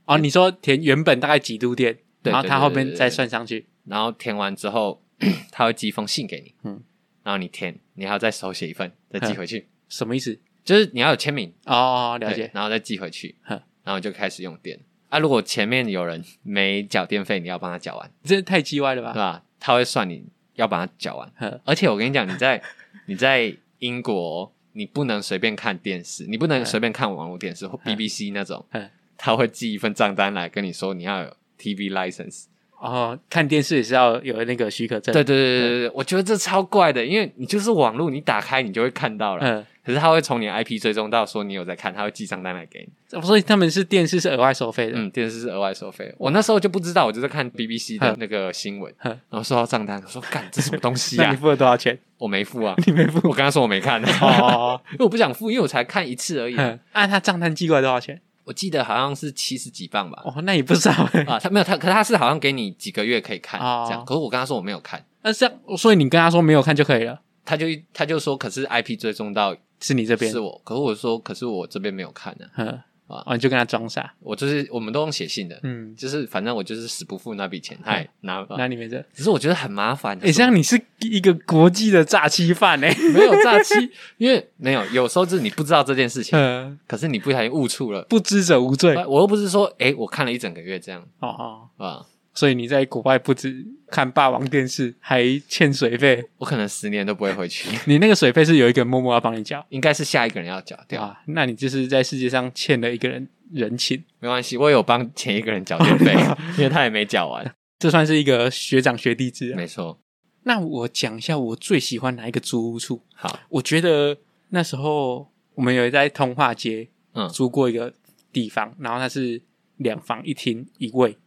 Speaker 2: 哦，你说填原本大概几度电，
Speaker 1: 对
Speaker 2: 然后
Speaker 1: 对
Speaker 2: 它
Speaker 1: 对
Speaker 2: 后
Speaker 1: 对
Speaker 2: 面
Speaker 1: 对
Speaker 2: 再
Speaker 1: 对
Speaker 2: 算上去。
Speaker 1: 然后填完之后， 他会寄一封信给你，
Speaker 2: 嗯
Speaker 1: 嗯，然后你填，你还要再手写一份，再寄回去，
Speaker 2: 什么意思？
Speaker 1: 就是你要有签名，
Speaker 2: 哦，了
Speaker 1: 对
Speaker 2: 解。
Speaker 1: 然后再寄回去，
Speaker 2: 哼
Speaker 1: 然后你就开始用电。啊，如果前面有人没缴电费，你要帮他缴完，
Speaker 2: 这太叽歪了
Speaker 1: 对啊
Speaker 2: 吧？
Speaker 1: 吧？他会算你要把它缴完。
Speaker 2: 呵
Speaker 1: 而且我跟你讲，你 在你在英国，你不能随便看电视，你不能随便看网络电视或 BBC 那种
Speaker 2: 嗯，
Speaker 1: 他会寄一份账单来跟你说你要有 TV license。
Speaker 2: 哦，看电视也是要有那个许可证。
Speaker 1: 对对，对对对，我觉得这超怪的，因为你就是网络，你打开你就会看到了，
Speaker 2: 嗯，
Speaker 1: 可是他会从你的 IP 追踪到说你有在看，他会寄账单来给你。
Speaker 2: 所以他们是电视是额外收费的。
Speaker 1: 嗯，电视是额外收费。我那时候就不知道，我就在看 BBC 的
Speaker 2: 嗯
Speaker 1: 那个新闻，
Speaker 2: 嗯
Speaker 1: 然后收到账单，我说干这什么东西
Speaker 2: 那你
Speaker 1: 啊？
Speaker 2: 付了多少钱？
Speaker 1: 我没付啊，
Speaker 2: 你没付
Speaker 1: 我跟他说我没看， 啊
Speaker 2: 哦，
Speaker 1: 因为我不想付，因为我才看一次而已啊。
Speaker 2: 嗯，按他账单寄过来多少钱？
Speaker 1: 我记得好像是七十几磅吧。
Speaker 2: 哦，那也不少欸。
Speaker 1: 啊，他没有他，可是他是好像给你几个月可以看、
Speaker 2: 哦
Speaker 1: 这样，可是我跟他说我没有看，
Speaker 2: 那这样，所以你跟他说没有看就可以了，
Speaker 1: 他就他就说可是 IP 追踪到
Speaker 2: 是你这边
Speaker 1: 是。我，可是我说可是我这边没有看呢、
Speaker 2: 嗯，
Speaker 1: 啊
Speaker 2: 哦，你就跟他装傻，
Speaker 1: 我就是我们都用写信的，
Speaker 2: 嗯，
Speaker 1: 就是反正我就是死不付那笔钱，他也拿吧。
Speaker 2: 那你没这，
Speaker 1: 只啊是我觉得很麻 烦，啊
Speaker 2: 哎，这样你是一个国际的诈欺犯哎，
Speaker 1: 没有诈欺，因为没有有时候就是你不知道这件事情，
Speaker 2: 嗯，
Speaker 1: 可是你不小心误触了。
Speaker 2: 不知者无罪，哦
Speaker 1: 我又不是说，哎、我看了一整个月这样
Speaker 2: 哦，
Speaker 1: 啊，
Speaker 2: 所以你在国外不止看霸王电视，还欠水费，
Speaker 1: 我可能十年都不会回去，
Speaker 2: 你那个水费是有一个人默默要帮你缴，
Speaker 1: 应该是下一个人要缴掉。
Speaker 2: 啊，那你就是在世界上欠了一个人人情，
Speaker 1: 没关系，我有帮前一个人缴电费，
Speaker 2: 啊
Speaker 1: 因为他也没缴 完。
Speaker 2: 这算是一个学长学弟制啊、
Speaker 1: 没错，
Speaker 2: 那我讲一下我最喜欢哪一个租屋处，
Speaker 1: 好，
Speaker 2: 我觉得那时候我们有在通化街，
Speaker 1: 嗯
Speaker 2: 租过一个地方，然后它是两房一厅一卫，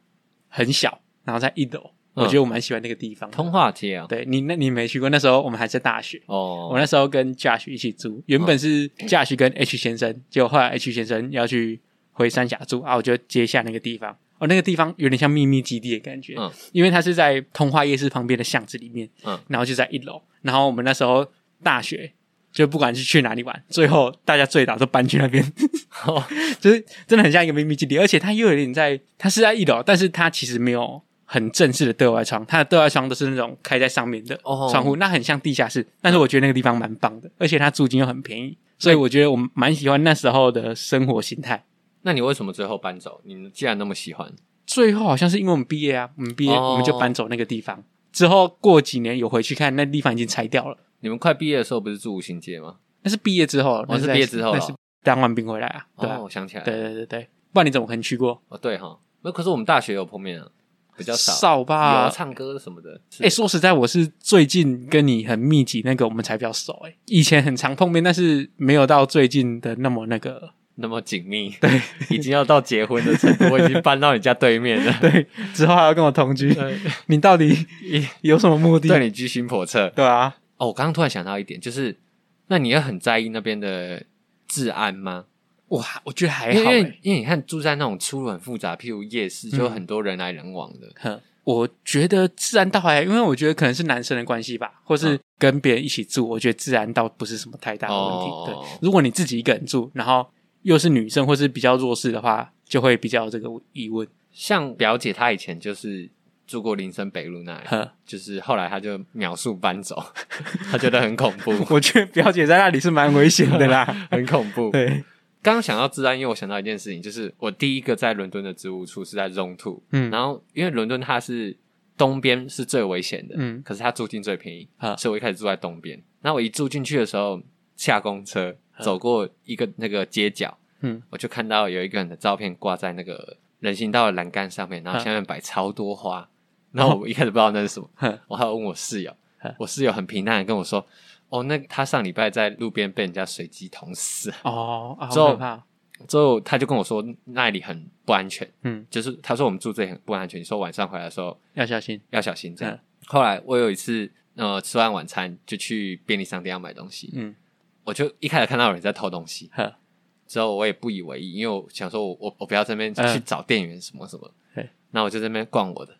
Speaker 2: 很小，然后在一楼，
Speaker 1: 嗯
Speaker 2: 我觉得我蛮喜欢那个地方的。
Speaker 1: 通话贴啊，
Speaker 2: 对你那你没去过，那时候我们还在大学，我
Speaker 1: 哦，
Speaker 2: 那时候跟 Josh 一起租，原本是
Speaker 1: 嗯
Speaker 2: Josh 跟 H 先生，结果后来 H 先生要去回三峡住啊，我就接下那个地方。哦，那个地方有点像秘密基地的感觉，
Speaker 1: 嗯
Speaker 2: 因为它是在通化夜市旁边的巷子里面，
Speaker 1: 嗯
Speaker 2: 然后就在一楼。然后我们那时候大学就不管是去哪里玩，最后大家醉倒都搬去那边，
Speaker 1: 哦
Speaker 2: 就是真的很像一个秘密基地，而且它又有点在，它是在一楼，但是它其实没有很正式的对外窗，它的对外窗都是那种开在上面的
Speaker 1: 哦
Speaker 2: 窗户，那很像地下室。但是我觉得那个地方蛮棒的，而且它租金又很便宜，所
Speaker 1: 哎
Speaker 2: 以我觉得我蛮喜欢那时候的生活形态。
Speaker 1: 那你为什么最后搬走？你既然那么喜欢，
Speaker 2: 最后好像是因为我们毕业啊，我们毕业、
Speaker 1: 哦
Speaker 2: 我们就搬走那个地方。之后过几年有回去看，那地方已经拆掉了。
Speaker 1: 你们快毕业的时候不是住五星街吗？
Speaker 2: 那是毕业之后，那
Speaker 1: 哦是
Speaker 2: 在
Speaker 1: 毕业之后
Speaker 2: 那
Speaker 1: 了
Speaker 2: 是当完兵回来啊，对啊，
Speaker 1: 哦，我想起来了，
Speaker 2: 对对对对，不然你怎么可能去过？
Speaker 1: 哦，对哈，那可是我们大学有碰面啊，比较少，
Speaker 2: 少
Speaker 1: 有啊
Speaker 2: 吧？
Speaker 1: 唱歌什么的。
Speaker 2: 哎、说实在，我是最近跟你很密集那个，我们才比较熟、欸。哎，以前很常碰面，但是没有到最近的那么那个。
Speaker 1: 那么紧密，对，已经要到结婚的程度，我已经搬到你家对面了。
Speaker 2: 对，之后还要跟我同 居，
Speaker 1: 对，
Speaker 2: 你到底有什么目的？
Speaker 1: 对你居心叵测。
Speaker 2: 对啊，
Speaker 1: 哦，我刚刚突然想到一点，就是那你也很在意那边的治安吗？
Speaker 2: 哇，我觉得还
Speaker 1: 因为
Speaker 2: 好、
Speaker 1: 因
Speaker 2: 欸
Speaker 1: 为。因为你看住在那种出入很复杂，譬如夜市，就有很多人来人往的。
Speaker 2: 哼我觉得自然倒还，因为我觉得可能是男生的关系吧，或是
Speaker 1: 嗯
Speaker 2: 跟别人一起住，我觉得自然倒不是什么太大的问题。
Speaker 1: 哦
Speaker 2: 对，如果你自己一个人住，然后又是女生或是比较弱势的话，就会比较有这个疑问。
Speaker 1: 像表姐她以前就是住过林森北路那 里，
Speaker 2: 呵，
Speaker 1: 就是后来她就秒速搬走， 她觉得很恐 怖，
Speaker 2: 我觉得表姐在那里是蛮危险的啦。
Speaker 1: 很恐 怖。
Speaker 2: 对，
Speaker 1: 刚刚想到治安，因为我想到一件事情，就是我第一个在伦敦的植物处是在 Zone Two，
Speaker 2: 嗯
Speaker 1: 然后因为伦敦它是东边是最危险的，
Speaker 2: 嗯
Speaker 1: 可是它租金最便宜，
Speaker 2: 啊
Speaker 1: 所以我一开始住在东边。那我一住进去的时候，下公车走过一个那个街角，
Speaker 2: 嗯，
Speaker 1: 我就看到有一个人的照片挂在那个人行道的栏杆上面，然后
Speaker 2: 啊
Speaker 1: 下面摆超多花，然后我一开始不知道那是什么，
Speaker 2: 哼
Speaker 1: 我还有问我室友
Speaker 2: 啊，
Speaker 1: 我室友很平淡的跟我说，哦，那他上礼拜在路边被人家随机捅死。
Speaker 2: 哦，啊
Speaker 1: 之
Speaker 2: 好
Speaker 1: 后
Speaker 2: 可怕。
Speaker 1: 之后他就跟我说那里很不安全，
Speaker 2: 嗯，
Speaker 1: 就是他说我们住这里很不安全，你说晚上回来的时候
Speaker 2: 要小心。
Speaker 1: 要小心这样。
Speaker 2: 嗯
Speaker 1: 后来我有一次呃吃完晚餐就去便利商店要买东西，
Speaker 2: 嗯，
Speaker 1: 我就一开始看到有人在偷东西，
Speaker 2: 呵，
Speaker 1: 之后我也不以为意，因为我想说我我我不要这边
Speaker 2: 嗯
Speaker 1: 去找店员什么什么
Speaker 2: 对，
Speaker 1: 那、我就这边逛我的。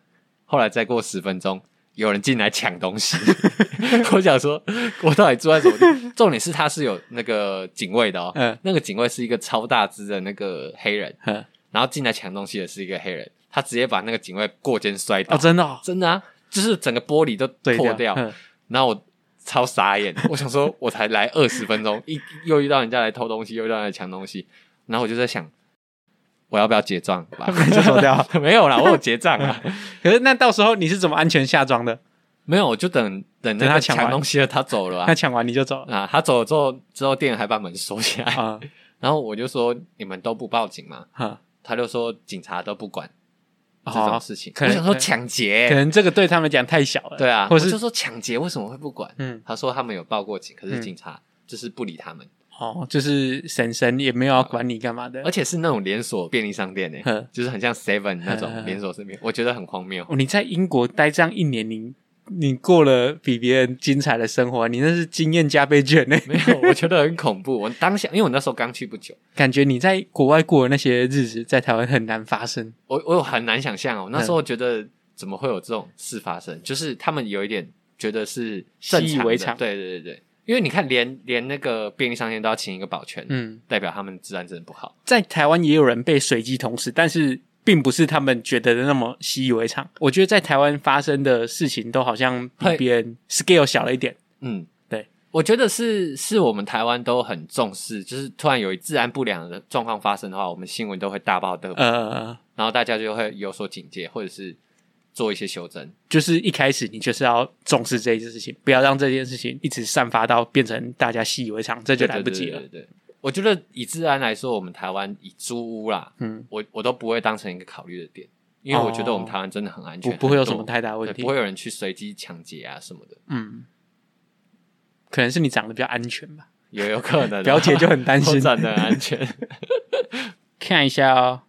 Speaker 1: 后来再过十分钟，有人进来抢东西， 我想说我到底住在什么地？重点是他是有那个警卫的哦，
Speaker 2: 嗯
Speaker 1: 那个警卫是一个超大只的那个黑人。
Speaker 2: 呵，
Speaker 1: 然后进来抢东西的是一个黑人，他直接把那个警卫过肩摔倒，
Speaker 2: 哦，真的哦，
Speaker 1: 真的啊，就是整个玻璃都
Speaker 2: 对
Speaker 1: 破掉。
Speaker 2: 哼
Speaker 1: 然后我超傻 眼，我想说我才来二十分钟，一又遇到人家来偷东西，又遇到人家来抢东西，然后我就在想，我要不要结账吧？
Speaker 2: 就走掉。
Speaker 1: 没有啦，我有结账啊，
Speaker 2: 可是那到时候你是怎么安全下庄的？
Speaker 1: 没有，我就等等那
Speaker 2: 等
Speaker 1: 个
Speaker 2: 他抢完
Speaker 1: 抢东西的他走了
Speaker 2: 那
Speaker 1: 啊。
Speaker 2: 抢完你就 走了
Speaker 1: 啊，他哦走了之后，之后店员还把门锁起来，
Speaker 2: 啊？
Speaker 1: 然后我就说你们都不报警吗？
Speaker 2: 哈，
Speaker 1: 他就说警察都不管这
Speaker 2: 哦
Speaker 1: 种事情。
Speaker 2: 可
Speaker 1: 我
Speaker 2: 能
Speaker 1: 想说抢劫，
Speaker 2: 可能这个对他们讲太小了。
Speaker 1: 对啊，
Speaker 2: 或
Speaker 1: 我
Speaker 2: 是
Speaker 1: 就说抢劫为什么会不管？
Speaker 2: 嗯，
Speaker 1: 他说他们有报过警，可是
Speaker 2: 嗯
Speaker 1: 警察就是不理他们，
Speaker 2: 哦，就是婶婶也没有要管你干嘛的
Speaker 1: 而。且是那种连锁便利商店呢、欸
Speaker 2: 嗯
Speaker 1: 就是很像 Seven 那种
Speaker 2: 嗯
Speaker 1: 连锁商店，我觉得很荒谬。
Speaker 2: 哦，你在英国待这样一年，你你过了比别人精彩的生活，你那是经验加倍卷呢。
Speaker 1: 没有，我觉得很恐怖。我当下，因为我那时候刚去不久，
Speaker 2: 感觉你在国外过的那些日子，在台湾很难发生。
Speaker 1: 我我有很难想象哦，
Speaker 2: 嗯
Speaker 1: 那时候觉得怎么会有这种事发生？就是他们有一点觉得是正
Speaker 2: 习以
Speaker 1: 常的
Speaker 2: 为常
Speaker 1: 对对对对，因为你看连连那个便利商店都要请一个保全，
Speaker 2: 嗯，
Speaker 1: 代表他们治安真的不好。
Speaker 2: 在台湾也有人被随机捅死，但是并不是他们觉得的那么习以为常。我觉得在台湾发生的事情都好像比
Speaker 1: 嘿
Speaker 2: 别人 scale 小了一点。
Speaker 1: 嗯，
Speaker 2: 对，
Speaker 1: 我觉得是是我们台湾都很重视，就是突然有治安不良的状况发生的话，我们新闻都会大报的，
Speaker 2: 呃，
Speaker 1: 然后大家就会有所警戒，或者是做一些修正。
Speaker 2: 就是一开始你就是要重视这件事情，不要让这件事情一直散发到变成大家习以为常，这就来不及了
Speaker 1: 对。对对对对我觉得以治安来说，我们台湾以租屋啦，
Speaker 2: 嗯，
Speaker 1: 我我都不会当成一个考虑的点，因为我觉得我们台湾真的很安全，
Speaker 2: 不不会有
Speaker 1: 很
Speaker 2: 什
Speaker 1: 多
Speaker 2: 么太大问
Speaker 1: 对，
Speaker 2: 题
Speaker 1: 不。会有人去随机抢劫啊什么的，
Speaker 2: 嗯，可能是你长得比较安全吧。
Speaker 1: 也有可能啊。
Speaker 2: 表姐就很担 心
Speaker 1: 我长得很安全。
Speaker 2: 看一下哦，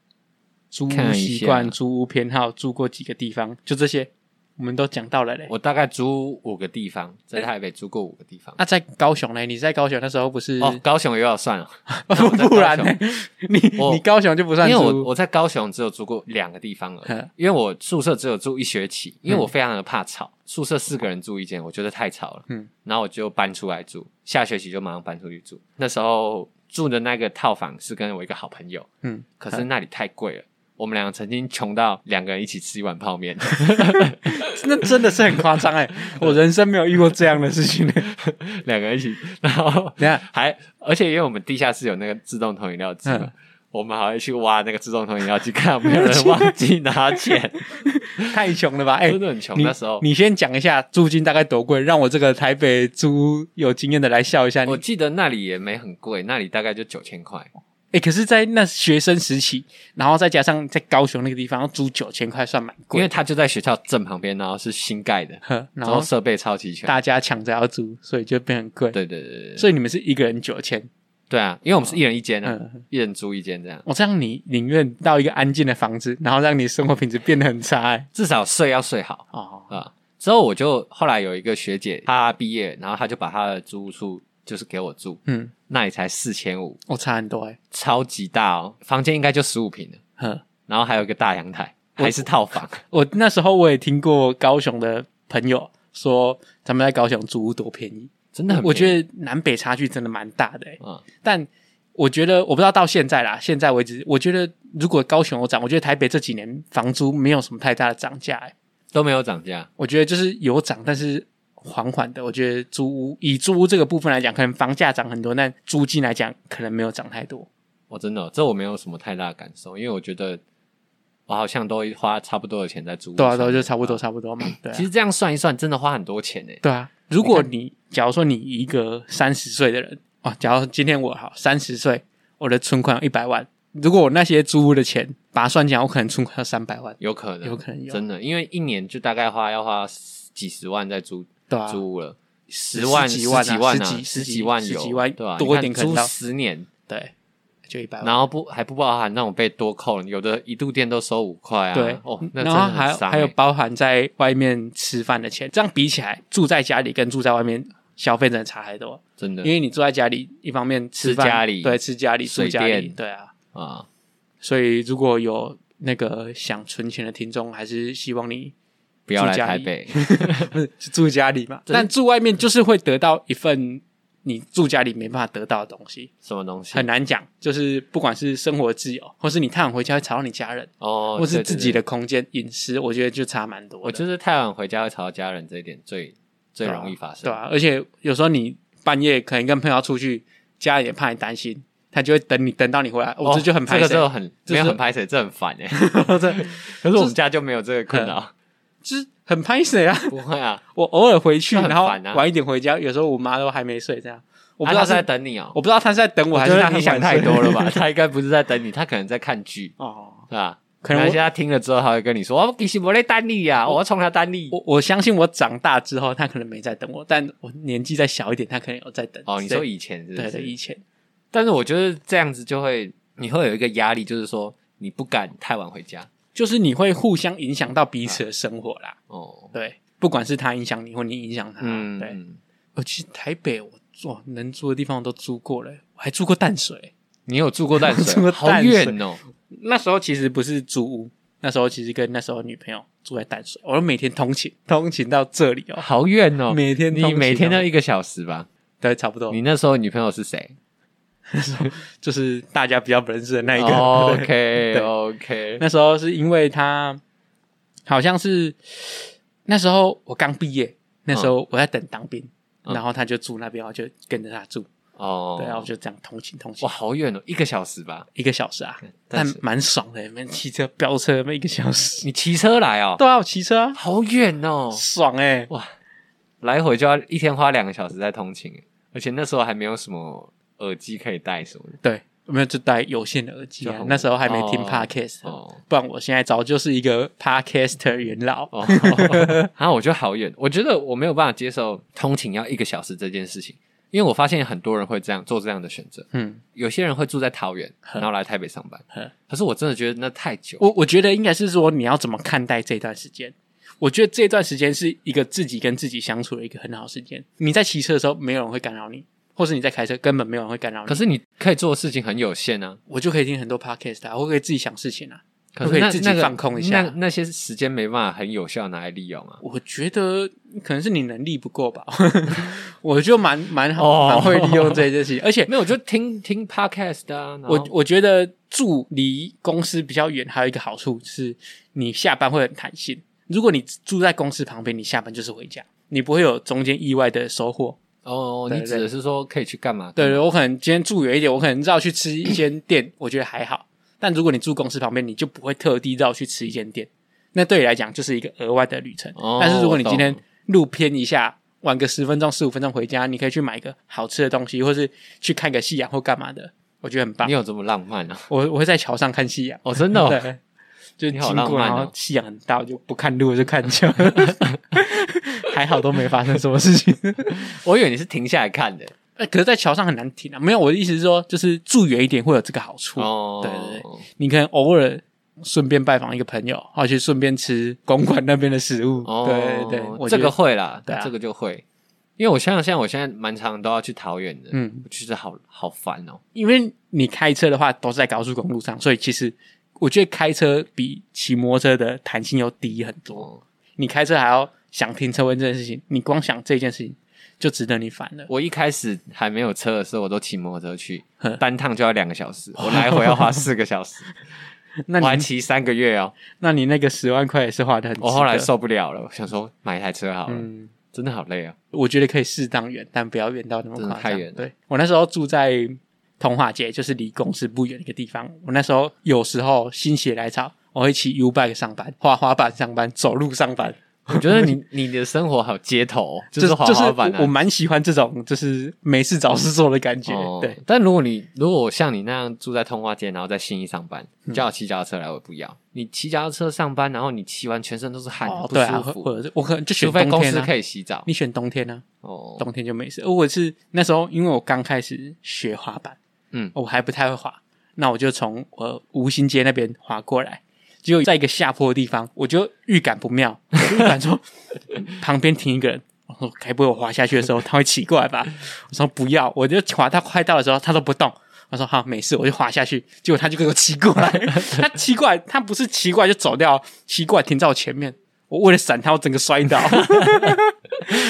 Speaker 2: 租屋
Speaker 1: 看一
Speaker 2: 习
Speaker 1: 下
Speaker 2: 惯、租屋偏好、住过几个地方，就这些，我们都讲到了嘞。
Speaker 1: 我大概租五个地方，在台北租过五个地方。
Speaker 2: 啊，在高雄嘞，你在高雄那时候不 是？
Speaker 1: 哦，高雄又要算了，
Speaker 2: 不然呢？你
Speaker 1: 我
Speaker 2: 你高雄就不
Speaker 1: 因
Speaker 2: 算
Speaker 1: 为我
Speaker 2: 租。
Speaker 1: 我在高雄只有住过两个地方而已
Speaker 2: 嗯，
Speaker 1: 因为我宿舍只有住一学期，因为我非常的怕吵，宿舍四个人住一间，我觉得太吵了，
Speaker 2: 嗯
Speaker 1: 嗯，然后我就搬出来住，下学期就马上搬出去住。那时候住的那个套房是跟我一个好朋友，
Speaker 2: 嗯，
Speaker 1: 可是那里太贵了，我们两个曾经穷到两个人一起吃一碗泡面，
Speaker 2: 那真的是很夸张哎，我人生没有遇过这样的事情嘞。
Speaker 1: 两个人一起，然 后
Speaker 2: 等一下
Speaker 1: 还而且因为我们地下室有那个自动投饮料机嘛。
Speaker 2: 嗯
Speaker 1: 我们还会去挖那个自动投饮料机，看有没有 人忘记拿钱，
Speaker 2: 太穷了吧？ 哎、
Speaker 1: 真的很穷。
Speaker 2: 你
Speaker 1: 那时候
Speaker 2: 你先讲一下租金大概多贵，让我这个台北租有经验的来笑一下你。
Speaker 1: 我
Speaker 2: 哎、
Speaker 1: 记得那里也没很贵，那里大概就九千块。
Speaker 2: 哎可是，在那学生时期，然后再加上在高雄那个地方要租九千块，算蛮
Speaker 1: 因
Speaker 2: 贵
Speaker 1: 为
Speaker 2: 的。
Speaker 1: 它就在学校正旁边，然后是新盖的，
Speaker 2: 呵 然
Speaker 1: 然
Speaker 2: 后
Speaker 1: 后设备超级全。
Speaker 2: 大家抢着要租，所以就变很贵。
Speaker 1: 对对对对对，
Speaker 2: 所以你们是一个人九千，
Speaker 1: 对啊，因为我们是一人一间啊，
Speaker 2: 嗯，
Speaker 1: 一人租一间这样，
Speaker 2: 我、这样你宁愿到一个安静的房子，然后让你生活品质变得很差、哎
Speaker 1: 至少睡要睡好
Speaker 2: 哦，
Speaker 1: 啊。之后我就后来有一个学姐，她毕业，然后她就把她的租屋处就是给我住，
Speaker 2: 嗯，
Speaker 1: 那里才四千五，
Speaker 2: 我、差很多哎、
Speaker 1: 超级大哦，房间应该就十五平了，
Speaker 2: 哼，
Speaker 1: 然后还有一个大阳台，还是套房。
Speaker 2: 我那时候我也听过高雄的朋友说，他们在高雄租屋多便宜。
Speaker 1: 真的很便宜，
Speaker 2: 我觉得南北差距真的蛮大的、欸，
Speaker 1: 嗯
Speaker 2: 但我觉得我不知道到现在啦，现在为止，我觉得如果高雄有涨，我觉得台北这几年房租没有什么太大的涨价、欸，
Speaker 1: 都没有涨价，
Speaker 2: 我觉得就是有涨，但是缓缓的。我觉得租屋以租屋这个部分来讲，可能房价涨很多，但租金来讲可能没有涨太多。
Speaker 1: 我真的哦、这我没有什么太大的感受，因为我觉得我好像都花差不多的钱在租屋
Speaker 2: 对啊，
Speaker 1: 上
Speaker 2: 对啊，
Speaker 1: 面
Speaker 2: 就差不多，。差不多嘛。对啊
Speaker 1: 其，实这样算一算，真的花很多钱呢。欸
Speaker 2: 对啊。如果你假如说你一个三十岁的人啊，假如今天我好三十岁，我的存款有一百万，如果我那些租屋的钱把它算起来，我可能存款要三百万，
Speaker 1: 有可能，
Speaker 2: 有可能有
Speaker 1: 真的，因为一年就大概花要花十几十万在租、
Speaker 2: 对啊。
Speaker 1: 租屋了，十万、
Speaker 2: 几万啊
Speaker 1: 十几万、
Speaker 2: 十几
Speaker 1: 十
Speaker 2: 十几
Speaker 1: 几万
Speaker 2: 十
Speaker 1: 有，
Speaker 2: 几万啊
Speaker 1: 对吧？
Speaker 2: 多一点
Speaker 1: 你
Speaker 2: 可
Speaker 1: 看租
Speaker 2: 能到哎
Speaker 1: 十年，
Speaker 2: 对，就一百万。
Speaker 1: 然后不还不包含那种被多扣，有的一度电都收五块啊，
Speaker 2: 对，嗯
Speaker 1: 哦，那真
Speaker 2: 然
Speaker 1: 的
Speaker 2: 后
Speaker 1: 很
Speaker 2: 还有
Speaker 1: 伤
Speaker 2: 还有
Speaker 1: 欸
Speaker 2: 包含在外面吃饭的钱，这样比起来，住在家里跟住在外面消费真的差太多。
Speaker 1: 真
Speaker 2: 因
Speaker 1: 的
Speaker 2: 为你住在家里，一方面吃
Speaker 1: 吃
Speaker 2: 饭
Speaker 1: 家里
Speaker 2: 对，吃家里住
Speaker 1: 水
Speaker 2: 家里，
Speaker 1: 电
Speaker 2: 对啊。
Speaker 1: 啊，
Speaker 2: 所以如果有那个想存钱的听众，还是希 望你
Speaker 1: 不要
Speaker 2: 住
Speaker 1: 来
Speaker 2: 家
Speaker 1: 台
Speaker 2: 里
Speaker 1: 北，
Speaker 2: 不是是住家里嘛，
Speaker 1: 真
Speaker 2: 但住外面就是会得到一份你住家里没办法得到的东西，
Speaker 1: 什么东西
Speaker 2: 很难讲。就是不管是生活自由，或是你太晚回家会吵到你家人，
Speaker 1: 哦，
Speaker 2: 或是
Speaker 1: 对
Speaker 2: 自
Speaker 1: 对
Speaker 2: 己
Speaker 1: 对
Speaker 2: 的空间隐私，我觉得就差蛮多的。
Speaker 1: 我就是太晚回家会吵到家人这一点最最容易发生。
Speaker 2: 对啊，而且有时候你半夜可能跟朋友要出去，家人也怕你担心，他就会等你等到你回来，我、
Speaker 1: 哦
Speaker 2: 这就很
Speaker 1: 这
Speaker 2: 排
Speaker 1: 个
Speaker 2: 斥
Speaker 1: 就。很
Speaker 2: 就是
Speaker 1: 没有很拍谁，这很烦哎。可是我们家就没有这个困扰，
Speaker 2: 就是很拍谁啊！
Speaker 1: 不会啊。
Speaker 2: 我偶尔回去，
Speaker 1: 就很
Speaker 2: 然后
Speaker 1: 烦啊
Speaker 2: 晚一点回家，有时候我妈都还没睡，这样 我
Speaker 1: 我
Speaker 2: 不知道
Speaker 1: 是在
Speaker 2: 是，
Speaker 1: 等你哦，
Speaker 2: 我不知道她是在等我，还
Speaker 1: 觉
Speaker 2: 是
Speaker 1: 得
Speaker 2: 她很
Speaker 1: 你想
Speaker 2: 晚
Speaker 1: 太
Speaker 2: 睡
Speaker 1: 多了 吧？他应该不是在等你，他可能在看剧，
Speaker 2: 哦。
Speaker 1: 对吧？
Speaker 2: 可能
Speaker 1: 而
Speaker 2: 我
Speaker 1: 且他听了之后，他会跟你说：“哦我其实我在单利呀，我要冲他单利。
Speaker 2: 我我相信我长大之后，她可能没在等我，但我年纪再小一点，她可能有在等”。
Speaker 1: 哦，你
Speaker 2: 所
Speaker 1: 说以前是不
Speaker 2: 对对以
Speaker 1: 是？
Speaker 2: 前
Speaker 1: 但是我觉得这样子就会，你会有一个压力，就是说你不敢太晚回家
Speaker 2: 就是你会互相影响到彼此的生活啦。
Speaker 1: 哦。
Speaker 2: 对，不管是他影响你，或你影响他，
Speaker 1: 嗯，
Speaker 2: 对。
Speaker 1: 嗯
Speaker 2: 我呃其实台北我哇能住的地方我都住过了，我还住过淡水。
Speaker 1: 你有 住过淡
Speaker 2: 住
Speaker 1: 水，
Speaker 2: 过
Speaker 1: 好
Speaker 2: 淡水
Speaker 1: 远哦。
Speaker 2: 那时候其实不是租屋，那时候其实跟那时候女朋友住在淡水，我就每天通勤，通勤到这里哦，
Speaker 1: 好远哦，
Speaker 2: 每天通
Speaker 1: 你
Speaker 2: 勤哦
Speaker 1: 每天都一个小时吧？
Speaker 2: 对，差不多
Speaker 1: 你，那时候女朋友是谁、
Speaker 2: 就是大家比较不认识的那一个。
Speaker 1: o
Speaker 2: 对
Speaker 1: k
Speaker 2: 对
Speaker 1: OK，
Speaker 2: 那时候是因为他好像是那时候我刚毕业，那时候我在等当兵，
Speaker 1: 嗯
Speaker 2: 然后他就住那边，我就跟着他住，
Speaker 1: 哦，
Speaker 2: 对，然后啊我就这样通勤通勤
Speaker 1: 哇，好远哦，一个小时吧？
Speaker 2: 一个小时啊，
Speaker 1: 但
Speaker 2: 但
Speaker 1: 是
Speaker 2: 蛮爽的，那边骑车飙车那边一个小时，
Speaker 1: 你骑车来哦，
Speaker 2: 对啊，我骑车啊，
Speaker 1: 好远哦，
Speaker 2: 爽哎，
Speaker 1: 哇，来回就要一天花两个小时在通勤，而且那时候还没有什么耳机可以戴什么的。
Speaker 2: 对，没有就戴有线的耳机
Speaker 1: 就
Speaker 2: 啊
Speaker 1: 很，
Speaker 2: 那时候还没听
Speaker 1: 哦
Speaker 2: podcast，、啊
Speaker 1: 哦
Speaker 2: 不然我现在早就是一个 podcaster 元老。
Speaker 1: 哦， 啊，我觉得好远，我觉得我没有办法接受通勤要一个小时这件事情，因为我发现很多人会这样做这样的选择，
Speaker 2: 嗯，
Speaker 1: 有些人会住在桃 园，然后来台北上
Speaker 2: 呵
Speaker 1: 班，可是我真的觉得那太久。
Speaker 2: 我我觉得应该是说你要怎么看待这段时间。我觉得这段时间是一个自己跟自己相处的一个很好时间。你在骑车的时候，没有人会干扰你，或是你在开车，根本没有人会干扰
Speaker 1: 可
Speaker 2: 你。
Speaker 1: 是你可以做的事情很有限啊，
Speaker 2: 我就可以听很多 podcast 啊，我可以自己想事情啊。
Speaker 1: 可是
Speaker 2: 可以
Speaker 1: 那
Speaker 2: 自己
Speaker 1: 那个
Speaker 2: 放空一下
Speaker 1: 那那些时间没办法很有效拿来利用啊。
Speaker 2: 我觉得可能是你能力不 够吧，我就蛮蛮好，
Speaker 1: 哦
Speaker 2: 蛮会利用这件事情。而且
Speaker 1: 没有，我就听听 podcast 啊。然后
Speaker 2: 我我觉得住离公司比较远，还有一个好处是，你下班会很弹性。如果你住在公司旁边，你下班就是回家，你不会有中间意外的收获。
Speaker 1: 哦，
Speaker 2: 对
Speaker 1: 你指的是说可以去干嘛？
Speaker 2: 对
Speaker 1: 干嘛
Speaker 2: 我可能今天住远一点，我可能绕去吃一间店，我觉得还好。但如果你住公司旁边，你就不会特地绕去吃一间店，那对你来讲就是一个额外的旅程。
Speaker 1: 哦
Speaker 2: 但是如果你
Speaker 1: 我懂
Speaker 2: 今天路偏一下，晚个十分钟、十五分钟回家，你可以去买个好吃的东西，或是去看个夕阳或干嘛的，我觉得很棒
Speaker 1: 你。有这么浪漫啊？
Speaker 2: 我我会在桥上看夕阳。
Speaker 1: 哦，真的、哦，
Speaker 2: 对，就
Speaker 1: 你
Speaker 2: 经
Speaker 1: 好浪
Speaker 2: 过，
Speaker 1: 漫
Speaker 2: 然
Speaker 1: 哦
Speaker 2: 后夕阳很大，我就不看路，我就看桥， 还好都没发生什么事情。
Speaker 1: 我以为你是停下来看的。
Speaker 2: 哎可是，在桥上很难停啊。没有，我的意思是说，就是住远一点会有这个好处。
Speaker 1: 哦，
Speaker 2: 对对对，你可能偶尔顺便拜访一个朋友，或者去顺便吃公馆那边的食物。
Speaker 1: 哦，
Speaker 2: 对对对，我
Speaker 1: 这
Speaker 2: 觉得
Speaker 1: 个会啦，
Speaker 2: 对啊
Speaker 1: 这个就会。因为我想想，像我现在蛮常都要去桃园的，
Speaker 2: 嗯，
Speaker 1: 我觉得好好烦哦。
Speaker 2: 因为你开车的话都是在高速公路上，所以其实我觉得开车比骑摩托车的弹性又低很多。
Speaker 1: 哦
Speaker 2: 你开车还要想停车位这件事情，你光想这件事情就值得你烦了。
Speaker 1: 我一开始还没有车的时候，我都骑摩托车去
Speaker 2: 哼，
Speaker 1: 单趟就要两个小时，我来回要花四个小时，
Speaker 2: 那
Speaker 1: 我还
Speaker 2: 你
Speaker 1: 骑三个月哦。
Speaker 2: 那你那个十万块也是花的很值得。
Speaker 1: 我后来受不了了，我想说买一台车好了，
Speaker 2: 嗯，
Speaker 1: 真的好累啊。
Speaker 2: 我觉得可以适当远，但不要远到那么
Speaker 1: 真
Speaker 2: 夸
Speaker 1: 的太
Speaker 2: 张。
Speaker 1: 远了
Speaker 2: 对我那时候住在通化街，就是离公司不远的一个地方。我那时候有时候心血来潮，我会骑 U bike 上班，滑滑板上班，走路上班。
Speaker 1: 我觉得 你你的生活好街头哦，就
Speaker 2: 就是
Speaker 1: 滑滑板
Speaker 2: 就
Speaker 1: 啊
Speaker 2: 是我我蛮喜欢这种就是没事找事做的感觉。
Speaker 1: 哦
Speaker 2: 对，，
Speaker 1: 但如果你如果我像你那样住在通化街，然后在信义上班，
Speaker 2: 嗯
Speaker 1: 你叫我骑脚踏车来，我也不要。你骑脚踏车上班，然后你骑完全身都是汗，
Speaker 2: 哦，
Speaker 1: 不
Speaker 2: 对啊，
Speaker 1: 舒
Speaker 2: 或
Speaker 1: 服。
Speaker 2: 或者是我可能就选
Speaker 1: 除非
Speaker 2: 冬
Speaker 1: 公
Speaker 2: 天
Speaker 1: 司
Speaker 2: 啊
Speaker 1: 可，以洗澡
Speaker 2: 你选冬天啊，
Speaker 1: 哦，
Speaker 2: 冬天就没事。而我是那时候，因为我刚开始学滑板，
Speaker 1: 嗯
Speaker 2: 我还不太会滑，那我就从呃吴兴街那边滑过来，结果在一个下坡的地方，我就预感不妙，我就预 感说旁边停一个人。我说：“该不会我滑下去的时候他会骑过来吧？”我说：“不要，我就滑到快到的时候他都不动。”我说：“好，没事，我就滑下去。”结果他就给我骑过 来，他骑过来，他不是骑过来就走掉，骑过来停在我前面。我为了闪他，我整个摔倒。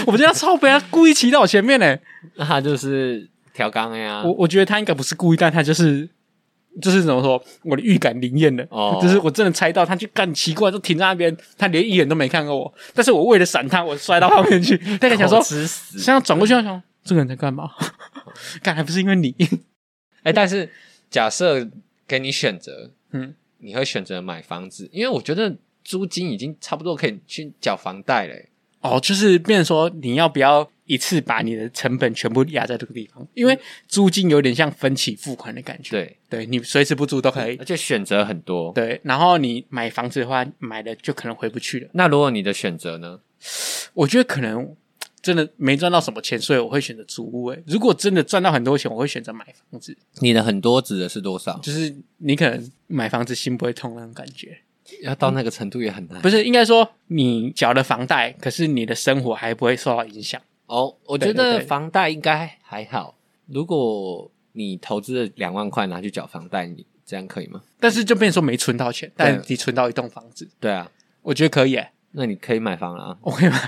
Speaker 2: 我觉得他超悲，他故意骑到我前面呢、
Speaker 1: 那他就是调缸呀
Speaker 2: 我。我觉得他应该不是故意，但他就是就是怎么说，我的预感灵验了，
Speaker 1: 哦
Speaker 2: 就是我真的猜到他就干奇怪，就停在那边，他连一眼都没看过我，但是我为了闪他，我摔到旁边 去，大概想说
Speaker 1: 口，吃死。
Speaker 2: 现在转过去我想，这个人在干嘛？ 干还不是因为你？
Speaker 1: 哎，但是假设给你选择，
Speaker 2: 嗯，
Speaker 1: 你会选择买房子，因为我觉得租金已经差不多可以去缴房贷欸嘞。
Speaker 2: 哦，就是变成说你要不要一次把你的成本全部压在这个地方，因为租金有点像分期付款的感觉，
Speaker 1: 对，
Speaker 2: 对你随时不租都可以
Speaker 1: 而。且选择很多。
Speaker 2: 对，然后你买房子的话，买了就可能回不去了。
Speaker 1: 那如果你的选择呢？
Speaker 2: 我觉得可能真的没赚到什么钱，所以我会选择租屋、欸。如果真的赚到很多钱，我会选择买房子。
Speaker 1: 你的很多指的是多少？
Speaker 2: 就是你可能买房子心不会痛那种感觉，
Speaker 1: 要到那个程度也很难。
Speaker 2: 不是应该说你缴了房贷，可是你的生活还不会受到影响。
Speaker 1: 哦，我觉
Speaker 2: 对对
Speaker 1: 得
Speaker 2: 对
Speaker 1: 房贷应该还好。如果你投资了两万块拿去缴房贷，你这样可以吗？
Speaker 2: 但是就变成说没存到钱，但你存到一栋房子，
Speaker 1: 对啊，
Speaker 2: 我觉得可以、欸。
Speaker 1: 那你可以买房了啊。
Speaker 2: 我可以 买。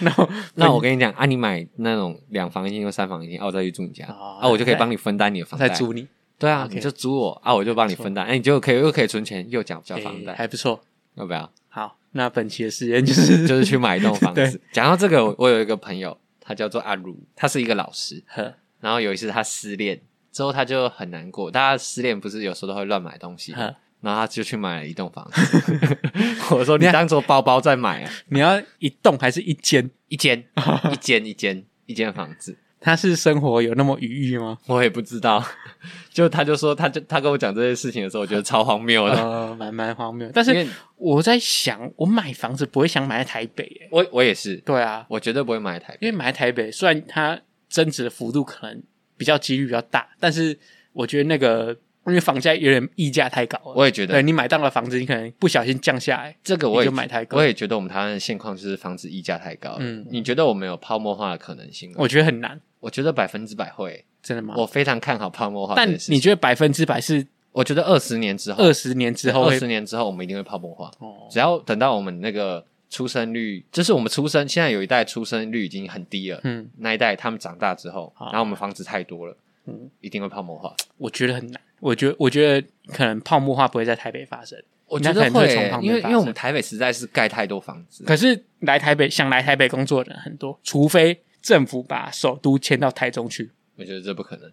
Speaker 2: 然后，
Speaker 1: 那我跟你讲啊，你买那种两房一厅或三房一厅，啊，我再去住你家，
Speaker 2: 哦
Speaker 1: 啊，我就可以
Speaker 2: 再
Speaker 1: 帮你分担你的房
Speaker 2: 再
Speaker 1: 贷。
Speaker 2: 租你
Speaker 1: 对啊，
Speaker 2: OK
Speaker 1: 你就租我啊，我就帮你分担，哎，你就可以又可以存钱，又缴交房
Speaker 2: 诶
Speaker 1: 贷，
Speaker 2: 还不错。
Speaker 1: 要不要？
Speaker 2: 好，那本期的时间就 是
Speaker 1: 就是去买一栋房
Speaker 2: 对
Speaker 1: 子。讲到这个，我我有一个朋友，他叫做阿如，他是一个老师，
Speaker 2: 呵
Speaker 1: 然后有一次他失恋之后，他就很难过。大家失恋不是有时候都会乱买东西，
Speaker 2: 呵，
Speaker 1: 然后他就去买了一栋房子。嗯 我说你当做包包在买啊，
Speaker 2: 你要一栋还是一间？
Speaker 1: 一 间一间一间一间房子，
Speaker 2: 他是生活有那么愉悦吗？
Speaker 1: 我也不知道。 就他就说，他就他跟我讲这些事情的时候，我觉得超荒谬的。
Speaker 2: 呃，蛮蛮荒谬。但
Speaker 1: 因为
Speaker 2: 是我在想，我买房子不会想买在台北、欸，
Speaker 1: 我我也是，
Speaker 2: 对啊，
Speaker 1: 我绝对不会买台北。
Speaker 2: 因为买在台北虽然它增值的幅度可能比较几率比较大，但是我觉得那个因为房价有点溢价太高了，
Speaker 1: 我也觉
Speaker 2: 对
Speaker 1: 得
Speaker 2: 你买到了房子，你可能不小心降下来，
Speaker 1: 这个我
Speaker 2: 你
Speaker 1: 也
Speaker 2: 就买太高
Speaker 1: 我也觉得我们台湾的现况就是房子溢价太高。
Speaker 2: 嗯
Speaker 1: 嗯，你觉得我们有泡沫化的可能性吗？
Speaker 2: 我觉得很难，
Speaker 1: 我觉得百分之百会，
Speaker 2: 真的吗？
Speaker 1: 我非常看好泡沫化这
Speaker 2: 但
Speaker 1: 件事情。
Speaker 2: 你觉得百分之百是
Speaker 1: 我觉得二十年之后，
Speaker 2: 二十年之后
Speaker 1: 二
Speaker 2: 会
Speaker 1: 十年之后我们一定会泡沫化。
Speaker 2: 哦，
Speaker 1: 只要等到我们那个出生率，就是我们出生现在有一代出生率已经很低了，
Speaker 2: 嗯，
Speaker 1: 那一代他们长大之后，
Speaker 2: 好
Speaker 1: 然后我们房子太多了，
Speaker 2: 嗯
Speaker 1: 一定会泡沫化。
Speaker 2: 我觉得很难，我觉得我觉得可能泡沫化不会在台北发生，
Speaker 1: 我觉
Speaker 2: 那可
Speaker 1: 得
Speaker 2: 能
Speaker 1: 会
Speaker 2: 会从
Speaker 1: 欸
Speaker 2: 旁，边
Speaker 1: 因为
Speaker 2: 发
Speaker 1: 因为
Speaker 2: 生
Speaker 1: 我们台北实在是盖太多房子，
Speaker 2: 可是来台北想来台北工作的人很多，除非政府把首都迁到台中去。
Speaker 1: 我觉得这不可能。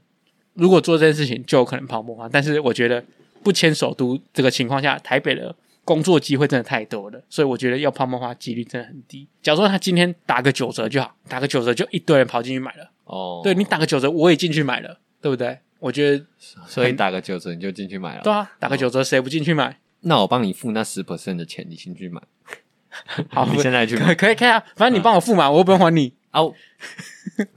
Speaker 2: 如果做这件事情，就有可能泡沫化。但是我觉得不迁首都这个情况下，台北的工作机会真的太多了，所以我觉得要泡沫化几率真的很低。假如说他今天打个九折就好，打个九折就一堆人跑进去买了。
Speaker 1: 哦，
Speaker 2: 对你，打个九折，我也进去买了，对不对？我觉得
Speaker 1: 所以打个九折你就进去买
Speaker 2: 对
Speaker 1: 了。
Speaker 2: 啊，打个九折谁不进去买？
Speaker 1: 那我帮你付那十 percent 的钱，你先去买。
Speaker 2: 好，
Speaker 1: 你现在去
Speaker 2: 啊可
Speaker 1: 买
Speaker 2: 以可以可以啊，反正你帮我付嘛，我又不用还你。
Speaker 1: 啊我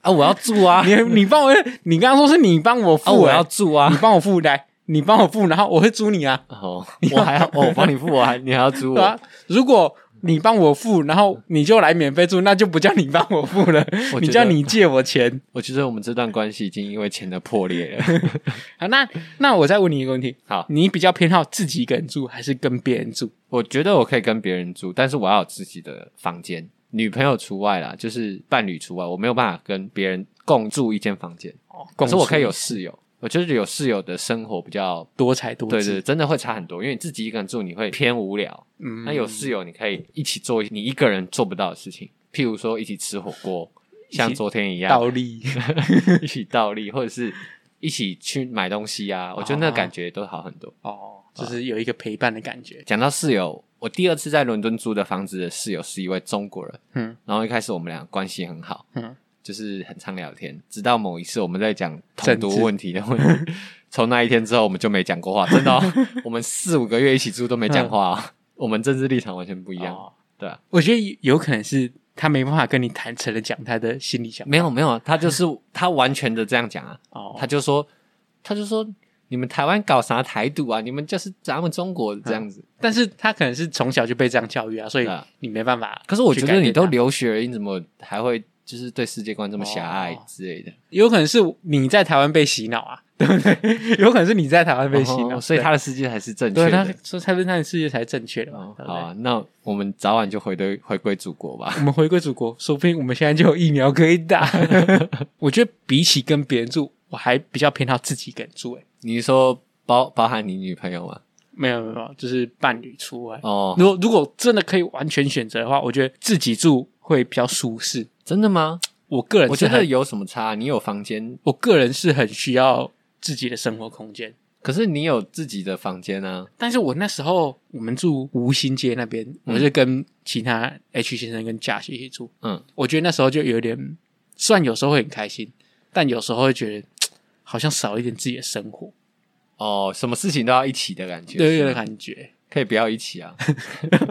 Speaker 1: 啊！我要住啊
Speaker 2: 你你帮我，你刚刚说是你帮我付、
Speaker 1: 啊！我
Speaker 2: 欸
Speaker 1: 要住啊
Speaker 2: 你！帮我付来，你帮我付，然后我会租 你啊，
Speaker 1: 哦，我还要哦我帮你付，我还你还要租
Speaker 2: 对
Speaker 1: 我
Speaker 2: 啊。。如果你帮我付，然后你就来免费住，那就不叫你帮我付了，
Speaker 1: 我觉得
Speaker 2: 你叫你借我钱
Speaker 1: 我觉得我们这段关系已经因为钱的破裂了。
Speaker 2: 啊。 那那我再问你一个问题，
Speaker 1: 好，
Speaker 2: 你比较偏好自己一个人住还是跟别人住？
Speaker 1: 我觉得我可以跟别人住，但是我要有自己的房间，女朋友除外啦，就是伴侣除外，我没有办法跟别人共住一间房间。
Speaker 2: 哦，
Speaker 1: 可是我可以有
Speaker 2: 共处
Speaker 1: 室友，我觉得有室友的生活比较，
Speaker 2: 多才多
Speaker 1: 对
Speaker 2: 姿，
Speaker 1: 对，真的会差很多。因为你自己一个人住，你会偏无聊。
Speaker 2: 嗯
Speaker 1: 那有室友，你可以一起做你一个人做不到的事情，譬如说一起吃火锅，像昨天一样，
Speaker 2: 道 理。
Speaker 1: 一起倒立，或者是一起去买东西啊，我觉得那个感觉都好很多。
Speaker 2: 哦， 就是有一个陪伴的感觉。
Speaker 1: 讲到室友，我第二次在伦敦租的房子的室友是一位中国人，
Speaker 2: 嗯
Speaker 1: 然后一开始我们俩关系很好，
Speaker 2: 嗯，
Speaker 1: 就是很常聊天，直到某一次我们在讲统
Speaker 2: 政治
Speaker 1: 独问题的问 题，从那一天之后我们就没讲过话，真的哦、我们四五个月一起住都没讲话、
Speaker 2: 嗯
Speaker 1: 哦，我们政治立场完全不一
Speaker 2: 一
Speaker 1: 样，
Speaker 2: 哦、
Speaker 1: 对啊，
Speaker 2: 我觉得有可能是他没办法跟你坦诚的讲他的心里想法。
Speaker 1: 没有没有，他就是他完全的这样讲啊，
Speaker 2: 哦，
Speaker 1: 他就说，他就说你们台湾搞啥台独啊？你们就是咱们中国这样子。
Speaker 2: 但是他可能是从小就被这样教育啊，所以
Speaker 1: 对啊
Speaker 2: 你没办法。
Speaker 1: 可是我觉得你都，留学了，你怎么还会就是对世界观这么狭隘
Speaker 2: 哦
Speaker 1: 之类的？
Speaker 2: 有可能是你在台湾被洗脑啊， 对不对？有可能是你在台湾被洗脑，
Speaker 1: 哦所以他的世界还是正确
Speaker 2: 对对他
Speaker 1: 的。
Speaker 2: 说蔡文他的世界才是正确的嘛
Speaker 1: 哦。
Speaker 2: 对不
Speaker 1: 好
Speaker 2: 对
Speaker 1: 啊，那我们早晚就回归回归祖国吧。
Speaker 2: 我们回归祖国，说不定我们现在就有疫苗可以打。 我觉得比起跟别人住，我还比较偏好自己一个人住、欸。
Speaker 1: 你是说包包含你女朋友吗？
Speaker 2: 没有没有没有，就是伴侣除外。
Speaker 1: 哦，
Speaker 2: 如果如果真的可以完全选择的话，我觉得自己住会比较舒适。
Speaker 1: 真的吗？
Speaker 2: 我个人
Speaker 1: 我
Speaker 2: 是
Speaker 1: 觉得
Speaker 2: 很
Speaker 1: 有什么差？啊你有房间，
Speaker 2: 我个人是很需要自己的生活空间。
Speaker 1: 可是你有自己的房间啊。
Speaker 2: 但是我那时候我们住吴兴街那边，我是跟其他 H 先生跟贾先生一起住。
Speaker 1: 嗯，
Speaker 2: 我觉得那时候就有点，虽然有时候会很开心，但有时候会觉得好像少一点自己的生活，
Speaker 1: 哦，什么事情都要一起的感觉，
Speaker 2: 对，有
Speaker 1: 是
Speaker 2: 点
Speaker 1: 吗
Speaker 2: 感觉。
Speaker 1: 可以不要一起啊。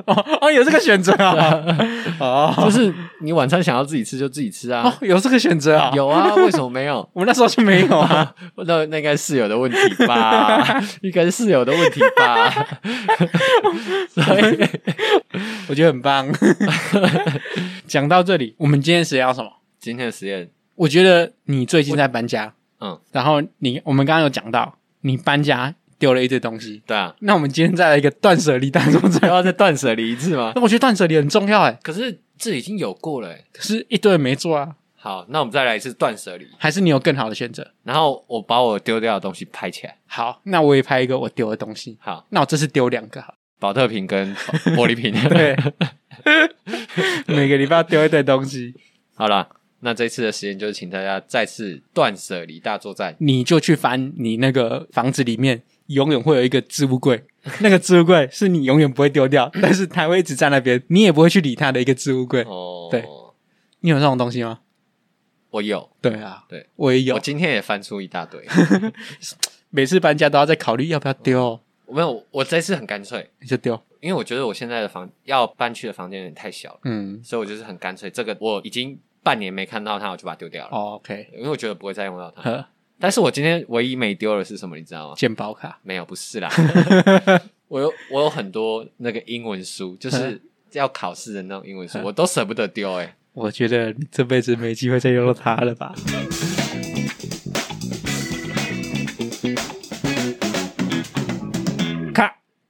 Speaker 2: 哦哦，有这个选择啊！
Speaker 1: 就
Speaker 2: 哦
Speaker 1: 是你晚餐想要自己吃就自己吃啊
Speaker 2: 哦，。有这个选择啊！
Speaker 1: 有啊，为什么没有？
Speaker 2: 我那时候就没有 啊。
Speaker 1: 那那应该是室友的问题 吧，应该是室友的问题吧。所以
Speaker 2: 我觉得很 棒。讲到这里，我们今天实验要什么？
Speaker 1: 今天的实验，
Speaker 2: 我觉得你最近在搬家，
Speaker 1: 嗯，
Speaker 2: 然后你我们刚刚有讲到，你搬家丢了一堆东西。
Speaker 1: 对啊，
Speaker 2: 那我们今天再来一个断舍离大作
Speaker 1: 还
Speaker 2: 战。
Speaker 1: 要再断舍离一次吗？
Speaker 2: 那我觉得断舍离很重要哎，
Speaker 1: 可是这已经有过了欸。
Speaker 2: 可是一堆人没做啊，
Speaker 1: 好，那我们再来一次断舍离，
Speaker 2: 还是你有更好的选择？
Speaker 1: 然后我把我丢掉的东西拍起来。
Speaker 2: 好，那我也拍一个我丢的东西。
Speaker 1: 好，
Speaker 2: 那我这次丢两个好了，
Speaker 1: 保特瓶 跟玻璃瓶。
Speaker 2: 对， 每个礼拜丢一堆东西，
Speaker 1: 好了，那这次的实验就是请大家再次断舍离大作战。
Speaker 2: 你就去翻你那个房子里面，永远会有一个置物柜，嗯那个置物柜是你永远不会丢掉，但是它会一直在那边，你也不会去理它的一个置物柜。
Speaker 1: 哦，
Speaker 2: 对，嗯你有这种东西吗？
Speaker 1: 我有，
Speaker 2: 对啊，
Speaker 1: 对，
Speaker 2: 我也
Speaker 1: 我
Speaker 2: 有，
Speaker 1: 今天也翻出一大 堆。
Speaker 2: 每次搬家都要在考虑要不要丢，
Speaker 1: 我没有，我这次很干脆，
Speaker 2: 你就丢。
Speaker 1: 因为我觉得我现在的房要搬去的房间有点太小了，
Speaker 2: 嗯
Speaker 1: 所以我就是很干脆。这个我已经半年没看到它，我就把它丢掉了，
Speaker 2: 哦，OK，
Speaker 1: 因为我觉得不会再用到它。
Speaker 2: 呵，
Speaker 1: 但是我今天唯一没丢的是什么，你知 道吗？
Speaker 2: 鉴宝卡，
Speaker 1: 没有，不是 啦。我有我有很多那个英文书，就是要考试的那种英文书，我都舍不得丢哎、
Speaker 2: 我觉得你这辈子没机会再用到它了吧？